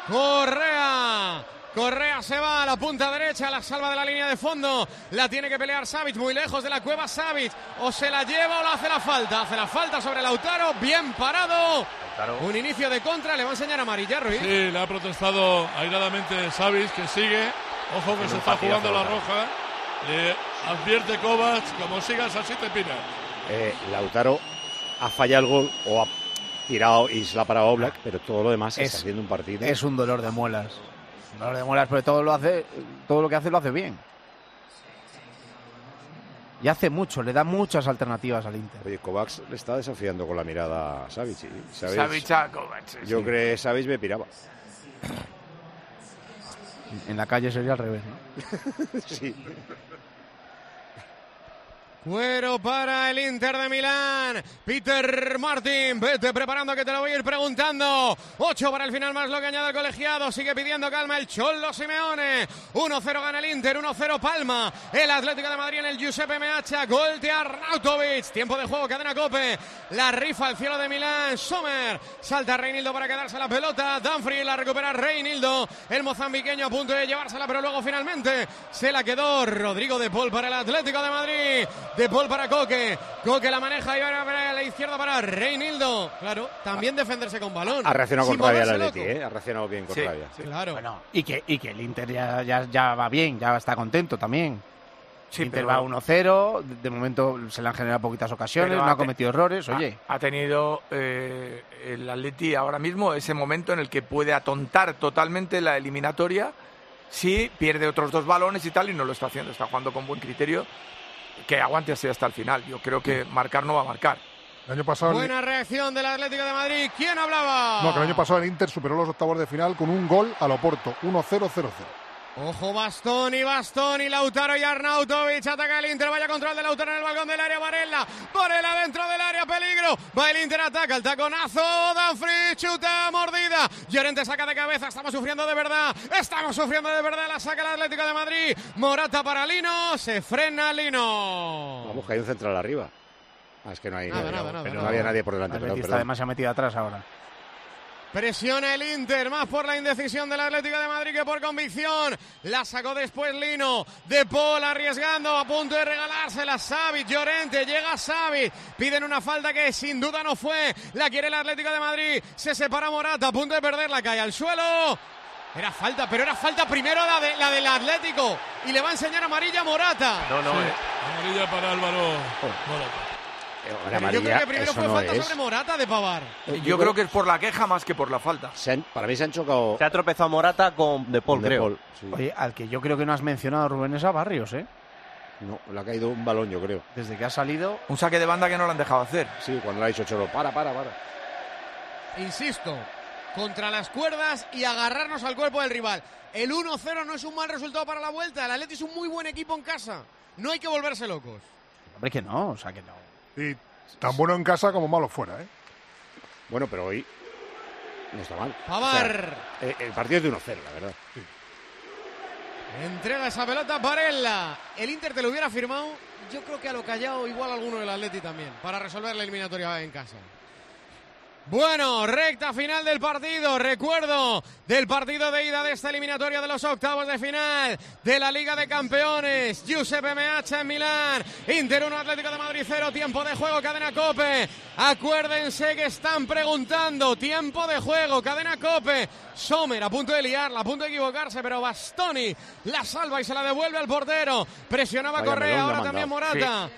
S10: Correa. Correa se va a la punta derecha, la salva de la línea de fondo. La tiene que pelear Savic, muy lejos de la cueva Savic. O se la lleva o la hace la falta. Hace la falta sobre Lautaro, bien parado. Un inicio de contra, le va a enseñar a ¿eh? Marilla Ruiz.
S3: Sí, le ha protestado airadamente Savic, que sigue. Ojo que
S10: Tiene
S3: se
S10: un
S3: está
S10: partidazo
S3: jugando la
S10: ahora.
S3: roja. Le advierte Kovac, como sigas así te pira.
S2: Eh, Lautaro ha fallado el gol o ha tirado y se la ha parado a Oblak, pero todo lo demás
S4: Es-
S2: está haciendo un partido.
S4: Es un dolor de muelas. Un dolor de muelas, pero todo lo hace, todo lo que hace lo hace bien. Y hace mucho, le da muchas alternativas al Inter.
S2: Oye, Kovacs le está desafiando con la mirada a Savic. ¿sí? Savic-
S5: Savic a Kovac, sí,
S2: Yo
S5: sí.
S2: creo que Savic me piraba.
S4: En la calle sería al revés, ¿no?
S2: Sí.
S10: Cuero para el Inter de Milán. Peter Martin, vete preparando que te lo voy a ir preguntando. 8 para el final más lo que añade el colegiado. Sigue pidiendo calma el Cholo Simeone. 1-0 gana el Inter, 1-0 Palma. El Atlético de Madrid en el Giuseppe Meazza. Gol de Arnautovic. Tiempo de juego, cadena Cope. La rifa al cielo de Milán. Sommer salta Reinildo para quedarse la pelota. Danfrey la recupera Reinildo. El mozambiqueño a punto de llevársela, pero luego finalmente se la quedó Rodrigo de Paul para el Atlético de Madrid. De Paul para Coque. Coque la maneja y ahora para la izquierda para Reinildo. Claro, también defenderse con balón.
S2: Ha reaccionado
S10: Sin
S2: con rabia el
S10: volverse
S2: Atleti,
S10: loco.
S2: ¿eh? Ha reaccionado bien con
S10: Sí,
S2: rabia.
S10: Claro.
S4: Y que, y que el Inter ya, ya, ya va bien, ya está contento también.
S5: Sí,
S4: el Inter
S5: pero-
S4: va 1-0, de- de momento se le han generado poquitas ocasiones,
S5: Pero Ah.
S4: no
S5: ha
S4: ha
S5: te-
S4: cometido errores,
S5: ha-
S4: oye.
S5: Ha, tenido eh, el Atleti ahora mismo ese momento en el que puede atontar totalmente la eliminatoria si pierde otros dos balones y tal, y no lo está haciendo. Está jugando con buen criterio. Que aguante así hasta el final. Yo creo que marcar no va a marcar.
S11: El año pasado, el-
S10: Buena reacción del Atlético de Madrid. ¿Quién hablaba?
S11: no, que el año pasado el Inter superó los octavos de final con un gol al Oporto, 1-0-0-0.
S10: Ojo, Bastoni, Bastoni, Lautaro y Arnautovic. Ataca el Inter. Vaya control de Lautaro en el balcón del área. Varela. Varela dentro del área. Peligro. Va el Inter. Ataca el taconazo. Danfrey chuta. Mordida. Llorente saca de cabeza. Estamos sufriendo de verdad. Estamos sufriendo de verdad. La saca el Atlético de Madrid. Morata para Lino. Se frena Lino.
S2: Vamos, que hay un central arriba. Ah, es que no hay
S10: Nada,
S2: nadie.
S10: nada,
S2: no,
S10: nada,
S2: pero
S10: nada.
S2: no había nadie por delante.
S4: Atleti
S2: perdón,
S4: está
S2: perdón.
S4: demasiado metido atrás ahora.
S10: Presiona el Inter, más por la indecisión del Atlético de Madrid que por convicción. La sacó después Lino, De Paul arriesgando, a punto de regalársela. Savic, Llorente, llega Savic. Piden una falta que sin duda no fue. La quiere el Atlético de Madrid. Se separa Morata, a punto de perderla, cae al suelo. Era falta, pero era falta primero la, de- la del Atlético. Y le va a enseñar amarilla a Morata.
S3: No, no,
S7: eh.
S3: Amarilla para Álvaro Morata.
S2: Ahora
S10: Pero yo creo
S2: Oh. amarilla,
S10: que primero
S2: Eh, eso
S10: fue
S2: no
S10: falta
S2: es.
S10: sobre Morata de Pavar.
S5: Eh, Yo, creo que es por la queja más que por la falta.
S2: Se han- para mí se han chocado.
S7: Se ha tropezado Morata con De Paul,
S2: De
S7: creo.
S2: Paul, sí.
S4: Oye, al que yo creo que no has mencionado, Rubén, es a Barrios, ¿eh?
S2: No, le ha caído un balón, yo creo.
S4: Desde que ha salido.
S5: Un saque de banda que no lo han dejado hacer.
S2: Sí, cuando le ha dicho Cholo, para, para, para.
S10: insisto, contra las cuerdas y agarrarnos al cuerpo del rival. El 1-0 no es un mal resultado para la vuelta. El Atleti es un muy buen equipo en casa. No hay que volverse locos.
S4: Hombre, que no, o sea, que no.
S11: Y tan bueno en casa como malo fuera, ¿eh?
S2: Bueno, pero hoy no está mal.
S10: Pavar.
S2: O sea, eh, el partido es de 1-0, la verdad.
S10: Entrega esa pelota Varela. El Inter te lo hubiera firmado. Yo creo que a lo callado igual alguno del Atleti también. Para resolver la eliminatoria en casa. Bueno, recta final del partido. Recuerdo del partido de ida de esta eliminatoria de los octavos de final de la Liga de Campeones. Giuseppe Meazza en Milán. Inter 1, Atlético de Madrid 0. Tiempo de juego, cadena Cope. Acuérdense que están preguntando. Tiempo de juego, cadena Cope. Sommer a punto de liarla, a punto de equivocarse, pero Bastoni la salva y se la devuelve al portero. Presionaba
S2: Vaya
S10: Correa,
S2: melón le ha
S10: ahora también
S2: mandado.
S10: Morata.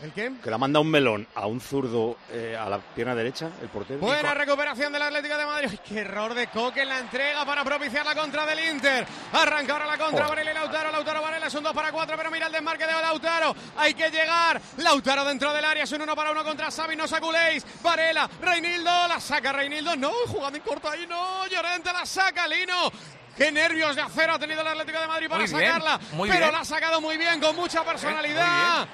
S10: ¿El qué?
S2: Que le ha mandado un melón a un zurdo eh, a la pierna derecha, el portero.
S10: Buena recuperación del Atlético de Madrid. Ay, qué error de Coque en la entrega para propiciar la contra del Inter. Arranca ahora la contra
S2: Joder.
S5: Oh.
S10: Varela y Lautaro. Lautaro Varela es un 2 para 4, pero mira el desmarque de Lautaro. Hay que llegar. Lautaro dentro del área es un 1 para 1 contra Savi. No saculéis. Varela, Reinildo, la saca Reinildo. No, jugando en corto ahí, no. Llorente la saca, Lino. Qué nervios de acero ha tenido el Atlético de Madrid para
S5: Muy bien,
S10: sacarla.
S5: muy
S10: pero
S5: bien.
S10: la ha sacado muy bien, con mucha personalidad.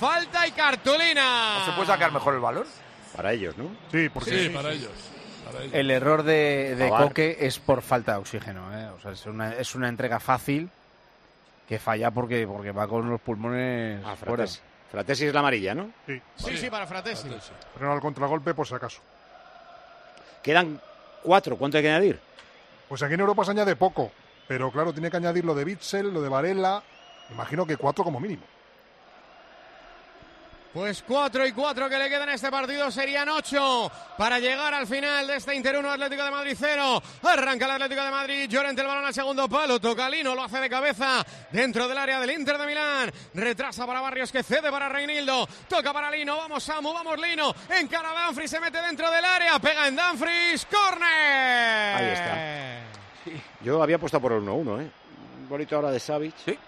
S10: Falta y cartulina.
S5: ¿No se puede sacar mejor el balón?
S2: Para ellos, ¿no?
S11: Sí,
S3: Sí, para ellos. para ellos.
S4: El error de, de
S3: Pavar.
S4: Coque es por falta de oxígeno. ¿eh? O sea, es, una, es una entrega fácil que falla porque, porque va con los pulmones
S2: Ah,
S4: fuera.
S2: Fratesi. Fratesi es la amarilla, ¿no?
S11: Sí.
S10: Sí, sí, para Fratesi.
S11: Pero al contragolpe, por si acaso.
S2: Quedan cuatro. ¿Cuánto hay que añadir?
S11: Pues aquí en Europa se añade poco. Pero claro, tiene que añadir lo de Bitzel, lo de Varela. Imagino que cuatro como mínimo.
S10: Pues 4 y 4 que le quedan a este partido serían 8 para llegar al final de este Inter 1 Atlético de Madrid 0. Arranca el Atlético de Madrid, Llorente el balón al segundo palo, Tocalino lo hace de cabeza dentro del área del Inter de Milán. Retrasa para Barrios que cede para Reinildo, toca para Lino, vamos Samu, vamos Lino, encara a Danfries, se mete dentro del área, pega en Danfries, córner.
S2: Ahí está. Yo había apostado por el 1-1, ¿eh? Un Bonito ahora de Savic.
S5: Sí.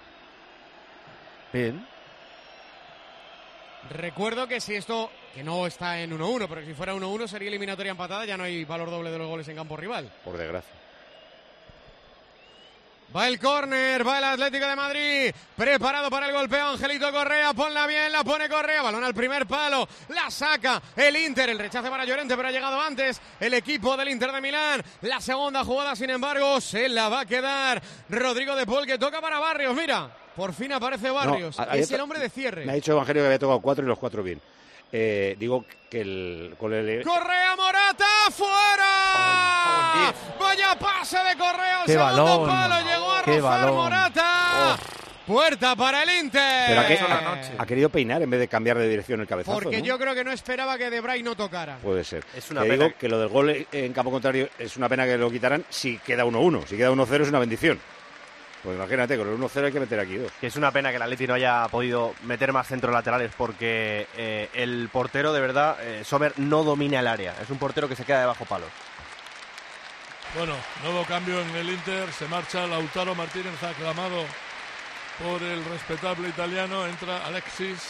S2: Bien.
S10: Recuerdo que si esto, que no está en 1-1, pero que si fuera 1-1 sería eliminatoria empatada, ya no hay valor doble de los goles en campo rival.
S2: Por desgracia.
S10: Va el córner, va el Atlético de Madrid, preparado para el golpeo, Angelito Correa, ponla bien, la pone Correa, balón al primer palo, la saca el Inter, el rechace para Llorente, pero ha llegado antes el equipo del Inter de Milán, la segunda jugada, sin embargo, se la va a quedar Rodrigo de Paul, que toca para Barrios, mira, por fin aparece Barrios,
S2: No, a-
S10: es
S2: había-
S10: el hombre de cierre.
S2: Me ha dicho Evangelio que había tocado cuatro y los cuatro bien. Eh, digo que el, con el-
S10: Correa Morata fuera. Vaya pase de Correa al
S2: Qué
S10: segundo
S2: balón.
S10: palo llegó a
S2: Qué
S10: rozar
S2: balón. Oh.
S10: Morata. Puerta para el Inter. Eh,
S2: Pero ha, que- ha querido peinar en vez de cambiar de dirección el cabezazo.
S10: Porque
S2: ¿no?
S10: yo creo que no esperaba que De Bruyne no tocara.
S2: Puede ser.
S10: Es una
S2: Te
S10: pena
S2: digo que lo del gol eh, en campo contrario es una pena que lo quitaran si queda 1-1. Si queda 1-0 es una bendición. Pues imagínate, con el 1-0 hay que meter aquí dos.
S7: Que es una pena que el Atleti no haya podido meter más centros laterales porque eh, el portero, de verdad, eh, Sommer no domina el área. Es un portero que se queda debajo palos.
S3: Bueno, nuevo cambio en el Inter. Se marcha Lautaro Martínez, aclamado por el respetable italiano. Entra Alexis.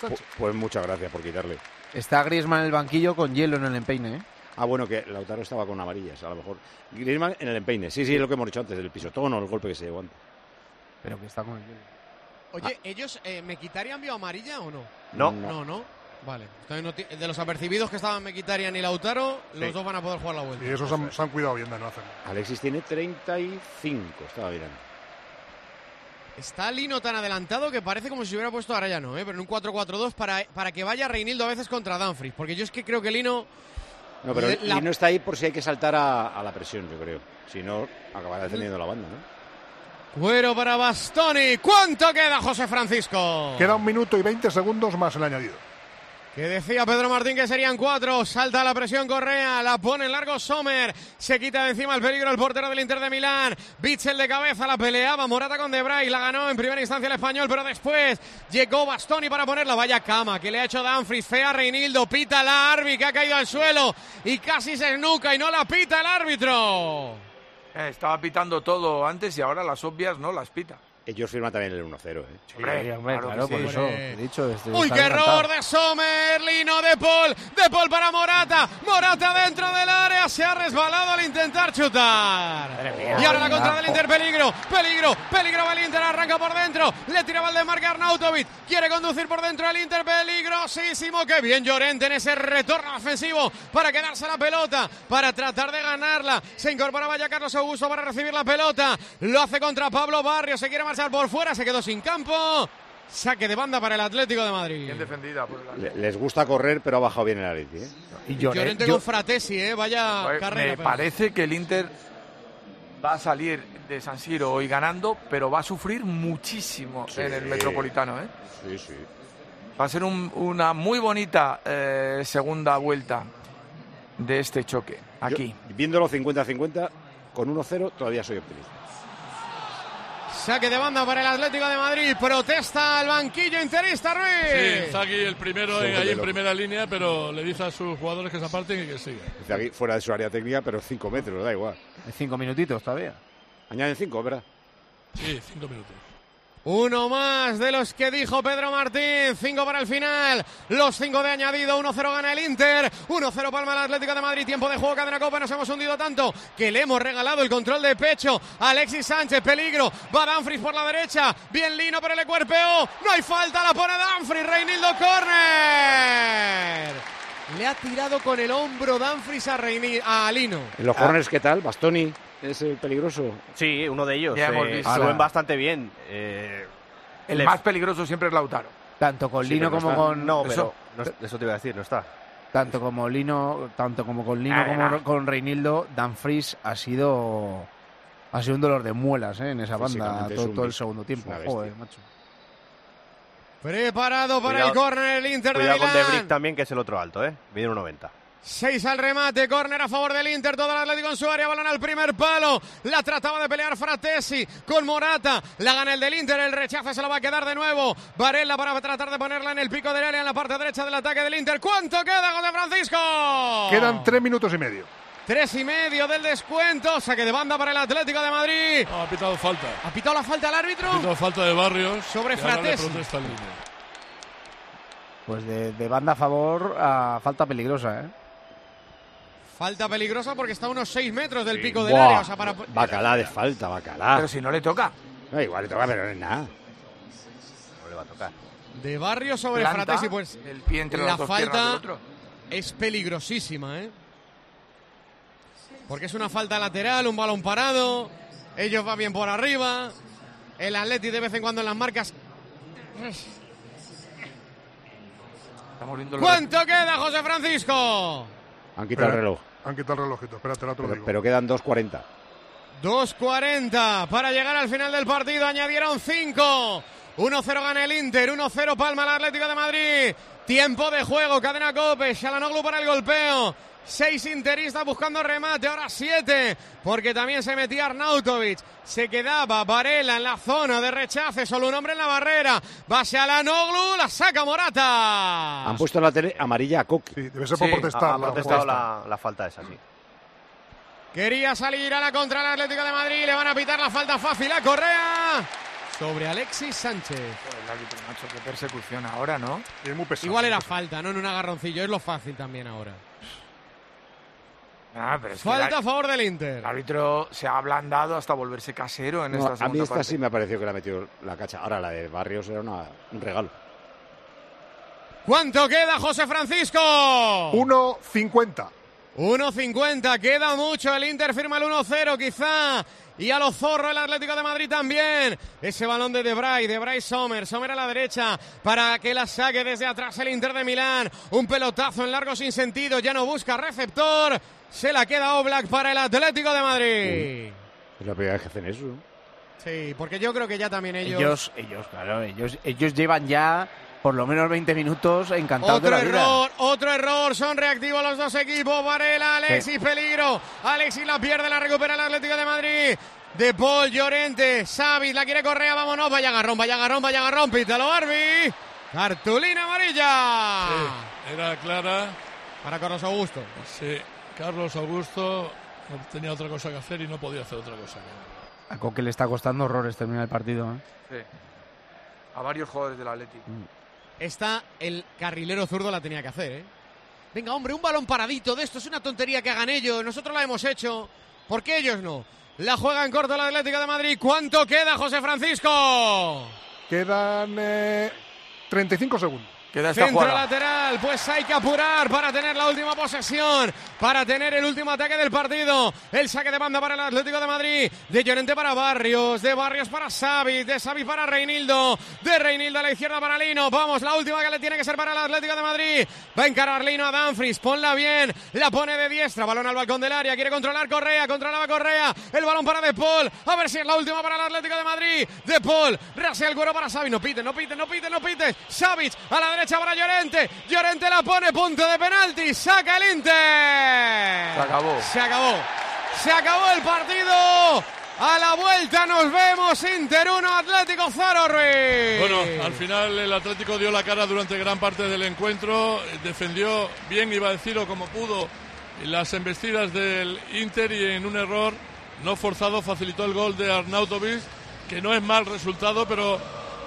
S2: Pu- Pues muchas gracias por quitarle.
S4: Está Griezmann en el banquillo con hielo en el empeine, ¿eh?
S2: Ah, bueno, que Lautaro estaba con amarillas, a lo mejor. Griezmann en el empeine. Sí, sí, lo que hemos dicho antes, el pisotón o el golpe que se llevó antes.
S4: Pero que está con el hielo.
S10: Oye, ¿ellos eh, me quitarían vio amarilla o no?
S2: No.
S10: No, no. Vale. Entonces no ti- de los apercibidos que estaban me quitarían y Lautaro, los
S2: Sí.
S10: dos van a poder jugar la vuelta.
S11: Y eso se han, se han cuidado bien de no hacerlo.
S2: Alexis tiene 35, estaba mirando.
S10: Está Lino tan adelantado que parece como si se hubiera puesto ahora ya no, ¿eh? pero en un 4-4-2 para, para que vaya Reinildo a veces contra Danfries. Porque yo es que creo que Lino.
S2: No, pero
S10: Le- la-
S2: Lino está ahí por si hay que saltar a, a la presión, yo creo. Si no, acabará defendiendo la banda, ¿no?
S10: Cuero para Bastoni. ¿Cuánto queda, José Francisco?
S11: Queda un minuto y 20 segundos más el añadido.
S10: Que decía Pedro Martín que serían cuatro. Salta la presión Correa, la pone en largo Sommer. Se quita de encima el peligro el portero del Inter de Milán. Bichel de cabeza, la peleaba Morata con De Bruyne. La ganó en primera instancia el español, pero después llegó Bastoni para ponerla. Vaya cama que le ha hecho Danfries. Fea Reinildo, pita la Arbi que ha caído al suelo y casi se esnuca y no la pita el árbitro.
S5: Eh, estaba pitando todo antes y ahora las obvias no las pita.
S2: Ellos firman también el 1-0, ¿eh?
S5: Hombre, hombre, claro pues,
S4: Claro,
S5: que
S4: por
S5: sí.
S4: eso. He dicho, este,
S10: Uy,
S4: está
S10: qué
S4: encantado.
S10: error de Sommer, Lino de Paul, de Paul para Morata, Morata dentro del área, se ha resbalado al intentar chutar. Y ahora la contra del Inter, peligro, peligro, peligro va el Inter, arranca por dentro, le tiraba el desmarque a Arnautovic, quiere conducir por dentro el Inter, peligrosísimo, qué bien Llorente en ese retorno ofensivo para quedarse la pelota, para tratar de ganarla, se incorporaba ya Carlos Augusto para recibir la pelota, lo hace contra Pablo Barrio, se quiere marchar por fuera, se quedó sin campo, saque de banda para el Atlético de Madrid. Bien
S5: defendida por el
S2: Le- Les gusta correr, pero ha bajado bien el Atleti, ¿eh?
S4: Y
S10: Llorente con Fratesi, ¿eh? Vaya carrera.
S5: Pues Me
S10: pero-
S5: parece que el Inter va a salir de San Siro hoy ganando, pero va a sufrir muchísimo en el Metropolitano. ¿eh?
S2: Sí, sí.
S5: Va a ser un- una muy bonita eh, segunda vuelta de este choque. Aquí.
S2: viéndolo 50-50, con 1-0 todavía soy optimista.
S10: Saque de banda para el Atlético de Madrid. Protesta al banquillo interista, Ruiz.
S3: Sí, está aquí el primero
S10: eh,
S2: Se
S3: en- ahí
S2: vuelve
S3: en
S2: loco.
S3: primera línea, pero le dice a sus jugadores que se aparten y que sigan.
S2: Dice aquí fuera de su área técnica, pero 5 metros, da igual.
S4: Cinco minutitos todavía.
S2: Añaden 5, ¿verdad?
S3: Sí, cinco minutos.
S10: Uno más de los que dijo Pedro Martín. Cinco para el final. Los cinco de añadido. 1-0 gana el Inter. 1-0 palma el Atlético de Madrid. Tiempo de juego, cadena copa. Nos hemos hundido tanto que le hemos regalado el control de pecho. Alexis Sánchez, peligro. Va Danfries por la derecha. Bien Lino, pero le cuerpeó. No hay falta. La pone Danfries. Reinildo Corner. Le ha tirado con el hombro Danfries a, Reini- a Lino.
S2: ¿En los corners qué tal? ¿Bastoni es el peligroso?
S7: Sí, uno de ellos.
S5: Ya hemos
S7: eh,
S5: visto.
S7: actúen
S5: Ahora.
S7: bastante bien. Eh,
S5: El
S7: le-
S5: más peligroso siempre es Lautaro.
S4: Tanto con
S7: Sí,
S4: Lino
S7: pero no
S4: como
S7: está.
S4: con.
S7: No,
S4: pero-
S7: pero no es- eso te iba a decir, no está.
S4: Tanto como Lino, tanto como con Lino
S7: Ah,
S4: como
S7: ah.
S4: con Reinildo, Dan Fries ha sido ha sido un dolor de muelas ¿eh? en esa banda
S2: Físicamente es
S4: todo,
S2: un
S4: todo el
S2: bicho,
S4: segundo
S2: es
S4: tiempo.
S2: una bestia.
S4: Joder, macho.
S10: Preparado para
S7: Cuidado-
S10: el córner el Inter de
S7: Cuidado con
S10: Milán.
S7: Debrick también, que es el otro alto, ¿eh? Mide 1,90.
S10: 6 al remate, córner a favor del Inter, todo el Atlético en su área, balón al primer palo, la trataba de pelear Fratesi con Morata, la gana el del Inter, el rechace se lo va a quedar de nuevo, Varela para tratar de ponerla en el pico del área, en la parte derecha del ataque del Inter, ¿cuánto queda con De Francisco?
S11: Quedan tres minutos y medio.
S10: Tres y medio del descuento, saque de banda para el Atlético de Madrid.
S3: ha pitado falta.
S10: ¿Ha pitado la falta el árbitro?
S3: Ha pitado falta de Barrios.
S10: Sobre
S3: y ahora le
S10: Fratesi.
S3: protesta al línea.
S4: Pues de, de banda a favor a falta peligrosa. ¿eh?
S10: Falta peligrosa porque está a unos 6 metros del pico del área,
S2: Buah,
S10: o sea, para...
S2: Bacalá de falta, bacalá. Pero
S5: si no le toca.
S2: No, igual le toca, pero no es nada.
S7: No le va a tocar.
S10: De barrio sobre
S5: Planta
S10: Fratesi, pues
S5: el pie entre
S10: la
S5: las dos piernas del
S10: falta
S5: otro.
S10: es peligrosísima, ¿eh? Porque es una falta lateral, un balón parado, ellos van bien por arriba, el Atleti de vez en cuando en las marcas.
S5: Estamos viendo
S10: ¿Cuánto queda, José Francisco?
S2: Han quitado el
S11: Espera,
S2: reloj.
S11: Han quitado el relojito, espérate, ahora te lo
S2: Pero,
S11: digo.
S2: pero quedan 2.40.
S10: 2.40 para llegar al final del partido. Añadieron 5. 1-0 gana el Inter, 1-0 palma el Atlético de Madrid. Tiempo de juego, cadena Cope, Shalanoglu para el golpeo. 6 interistas buscando remate, ahora 7, porque también se metía Arnautovic. Se quedaba Varela en la zona de rechace, solo un hombre en la barrera. Va Shalanoglu, la saca Morata.
S2: Han puesto la tele amarilla a Coque.
S11: Sí, debe
S10: ser por Sí, protestar,
S7: Ha, ha
S10: por
S7: protestado
S10: protestar.
S7: la, la falta esa, sí.
S10: Quería salir a la contra el Atlético de Madrid, le van a pitar la falta fácil a Correa sobre Alexis Sánchez.
S5: El árbitro, macho, qué persecución ahora, ¿no?
S10: Igual era falta, no en un agarroncillo, es lo fácil también ahora.
S5: Ah, pero es que
S10: Falta
S5: la-
S10: a favor del Inter.
S5: El árbitro se ha ablandado hasta volverse casero en
S2: No,
S5: esta
S2: a mí
S5: segunda
S2: esta
S5: parte.
S2: sí me ha parecido que la ha metido la cacha. Ahora la de Barrios era una- un regalo.
S10: ¿Cuánto queda, José Francisco? 1.50. 1.50, queda mucho. El Inter firma el 1-0, quizá. Y a los zorros el Atlético de Madrid también. Ese balón de Debray, Debray Sommer, Sommer a la derecha para que la saque desde atrás el Inter de Milán. Un pelotazo en largo sin sentido, ya no busca receptor. Se la queda Oblak para el Atlético de Madrid.
S2: Es la primera vez que hacen eso. ¿no?
S10: Sí, porque yo creo que ya también ellos...
S4: Ellos, ellos, claro, ellos, ellos llevan ya por lo menos 20 minutos encantados
S10: Otro
S4: de la vida.
S10: error, otro error. Son reactivos los dos equipos. Varela, Alexis, peligro. Alexis la pierde, la recupera el Atlético de Madrid. De Paul Llorente, Savis, la quiere Correa, vámonos. Vaya garrón, vaya garrón, vaya garrón. Pítalo, Arbi. Cartulina amarilla.
S3: Era clara.
S10: Para Carlos Augusto.
S3: Sí, Carlos Augusto no tenía otra cosa que hacer y no podía hacer otra cosa.
S4: A Coque le está costando horrores terminar el partido. ¿eh?
S5: Sí. A varios jugadores del Atlético.
S10: Esta, el carrilero zurdo la tenía que hacer, ¿eh? Venga, hombre, un balón paradito de esto es una tontería que hagan ellos. Nosotros la hemos hecho. ¿Por qué ellos no? La juega en corto el Atlético de Madrid. ¿Cuánto queda, José Francisco?
S11: Quedan eh, 35 segundos.
S5: Queda
S10: Centro lateral, pues hay que apurar para tener la última posesión, para tener el último ataque del partido. El saque de banda para el Atlético de Madrid, de Llorente para Barrios, de Barrios para Xavi, de Xavi para Reinildo, de Reinildo a la izquierda para Lino. Vamos, la última que le tiene que ser para el Atlético de Madrid. Va a encarar Lino a Danfries, ponla bien, la pone de diestra, balón al balcón del área, quiere controlar Correa, controlaba Correa, el balón para De Paul, a ver si es la última para el Atlético de Madrid. De Paul, rasea el cuero para Xavi, no pite, no pite, no pite, no pite. Savic a la derecha para Llorente, Llorente la pone, punto de penalti, saca el Inter.
S5: Se acabó.
S10: Se acabó. Se acabó el partido. A la vuelta nos vemos Inter 1 Atlético 0 Ruiz.
S3: Bueno, al final el Atlético dio la cara durante gran parte del encuentro, eh, defendió bien, iba a decirlo como pudo, las embestidas del Inter y en un error no forzado facilitó el gol de Arnautovic, que no es mal resultado, pero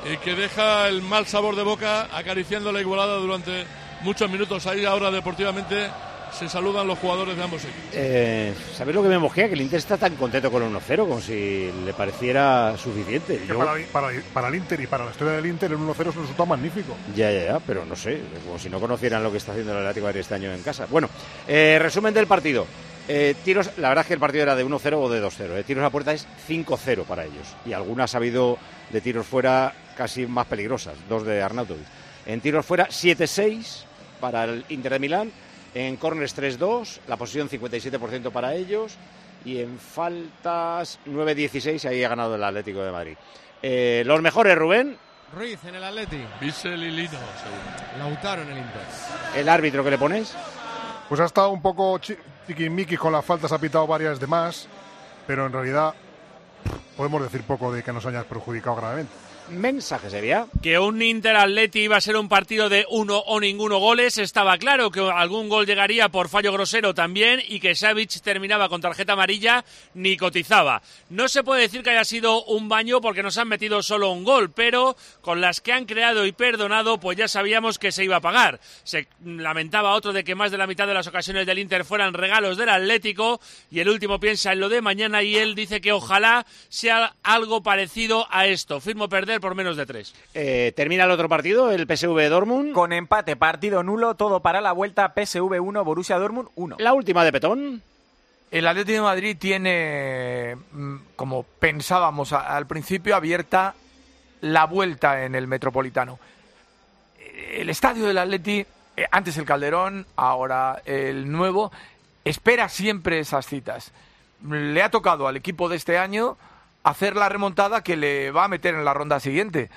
S3: eh, que deja el mal sabor de boca acariciando la igualada durante muchos minutos. Ahí ahora deportivamente se saludan los jugadores de ambos equipos.
S2: Eh, ¿Sabéis lo que me mosquea? Que el Inter está tan contento con el 1-0 como si le pareciera suficiente.
S11: Que
S2: Yo-
S11: para, para- para el Inter y para la historia del Inter, el 1-0 es un resultado magnífico.
S2: Ya, ya, ya, pero no sé, como si no conocieran lo que está haciendo el Atlético de Madrid este año en casa. Bueno, eh, resumen del partido. Eh, tiros, la verdad es que el partido era de 1-0 o de 2-0. eh. Tiros a puerta es 5-0 para ellos. Y algunas ha habido de tiros fuera casi más peligrosas, dos de Arnautovic. En tiros fuera 7-6 para el Inter de Milán. En corners 3-2, la posición 57% para ellos. Y en faltas 9-16, ahí ha ganado el Atlético de Madrid. Eh, los mejores, Rubén,
S10: Ruiz en el Atleti.
S3: Bissell y Lino,
S10: Lautaro en el Inter.
S2: el árbitro que le pones.
S11: Pues ha estado un poco chi- tiquismiquis con las faltas, ha pitado varias de más, pero en realidad podemos decir poco de que nos hayas perjudicado gravemente.
S2: Mensaje sería.
S13: Que un Inter Atleti iba a ser un partido de uno o ninguno goles, estaba claro que algún gol llegaría por fallo grosero también y que Savic terminaba con tarjeta amarilla ni cotizaba. No se puede decir que haya sido un baño porque nos han metido solo un gol, pero con las que han creado y perdonado, pues ya sabíamos que se iba a pagar. Se lamentaba otro de que más de la mitad de las ocasiones del Inter fueran regalos del Atlético y el último piensa en lo de mañana y él dice que ojalá sea algo parecido a esto. Firmo perder por menos de tres.
S2: Eh, termina el otro partido, el PSV Dortmund.
S6: Con empate, partido nulo, todo para la vuelta. PSV 1, Borussia Dortmund 1.
S2: La última de Petón.
S5: El Atlético de Madrid tiene, mm, como pensábamos a- al principio, abierta la vuelta en el Metropolitano. El estadio del Atleti, eh, antes el Calderón, ahora el nuevo, espera siempre esas citas. Le ha tocado al equipo de este año hacer la remontada que le va a meter en la ronda siguiente.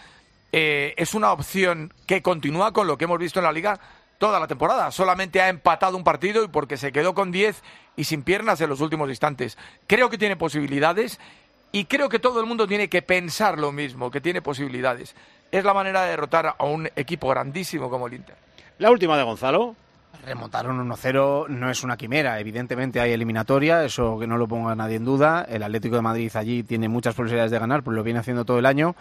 S5: Eh, es una opción que continúa con lo que hemos visto en la liga toda la temporada. Solamente ha empatado un partido y porque se quedó con 10 y sin piernas en los últimos instantes. Creo que tiene posibilidades y creo que todo el mundo tiene que pensar lo mismo, que tiene posibilidades. Es la manera de derrotar a un equipo grandísimo como el Inter.
S2: La última de Gonzalo.
S4: Remontar un 1-0 no es una quimera. Evidentemente hay eliminatoria, eso que no lo ponga nadie en duda. El Atlético de Madrid allí tiene muchas posibilidades de ganar, pues lo viene haciendo todo el año.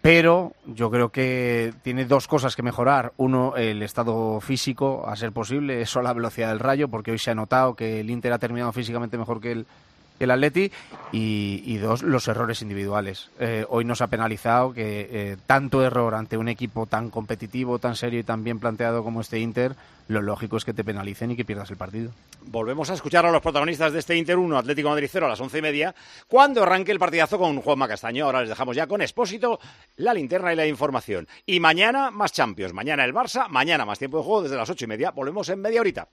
S4: Pero yo creo que tiene dos cosas que mejorar. Uno, el estado físico, a ser posible, eso a la velocidad del rayo, porque hoy se ha notado que el Inter ha terminado físicamente mejor que el, que el Atleti. Y, y dos, los errores individuales. Eh, hoy nos ha penalizado que eh, tanto error ante un equipo tan competitivo, tan serio y tan bien planteado como este Inter, lo lógico es que te penalicen y que pierdas el partido.
S2: Volvemos a escuchar a los protagonistas de este Inter 1, Atlético Madrid 0 a las once y media, cuando arranque el partidazo con Juanma Castaño. Ahora les dejamos ya con Expósito, la linterna y la información. Y mañana más Champions, mañana el Barça, mañana más tiempo de juego desde las ocho y media. Volvemos en media horita.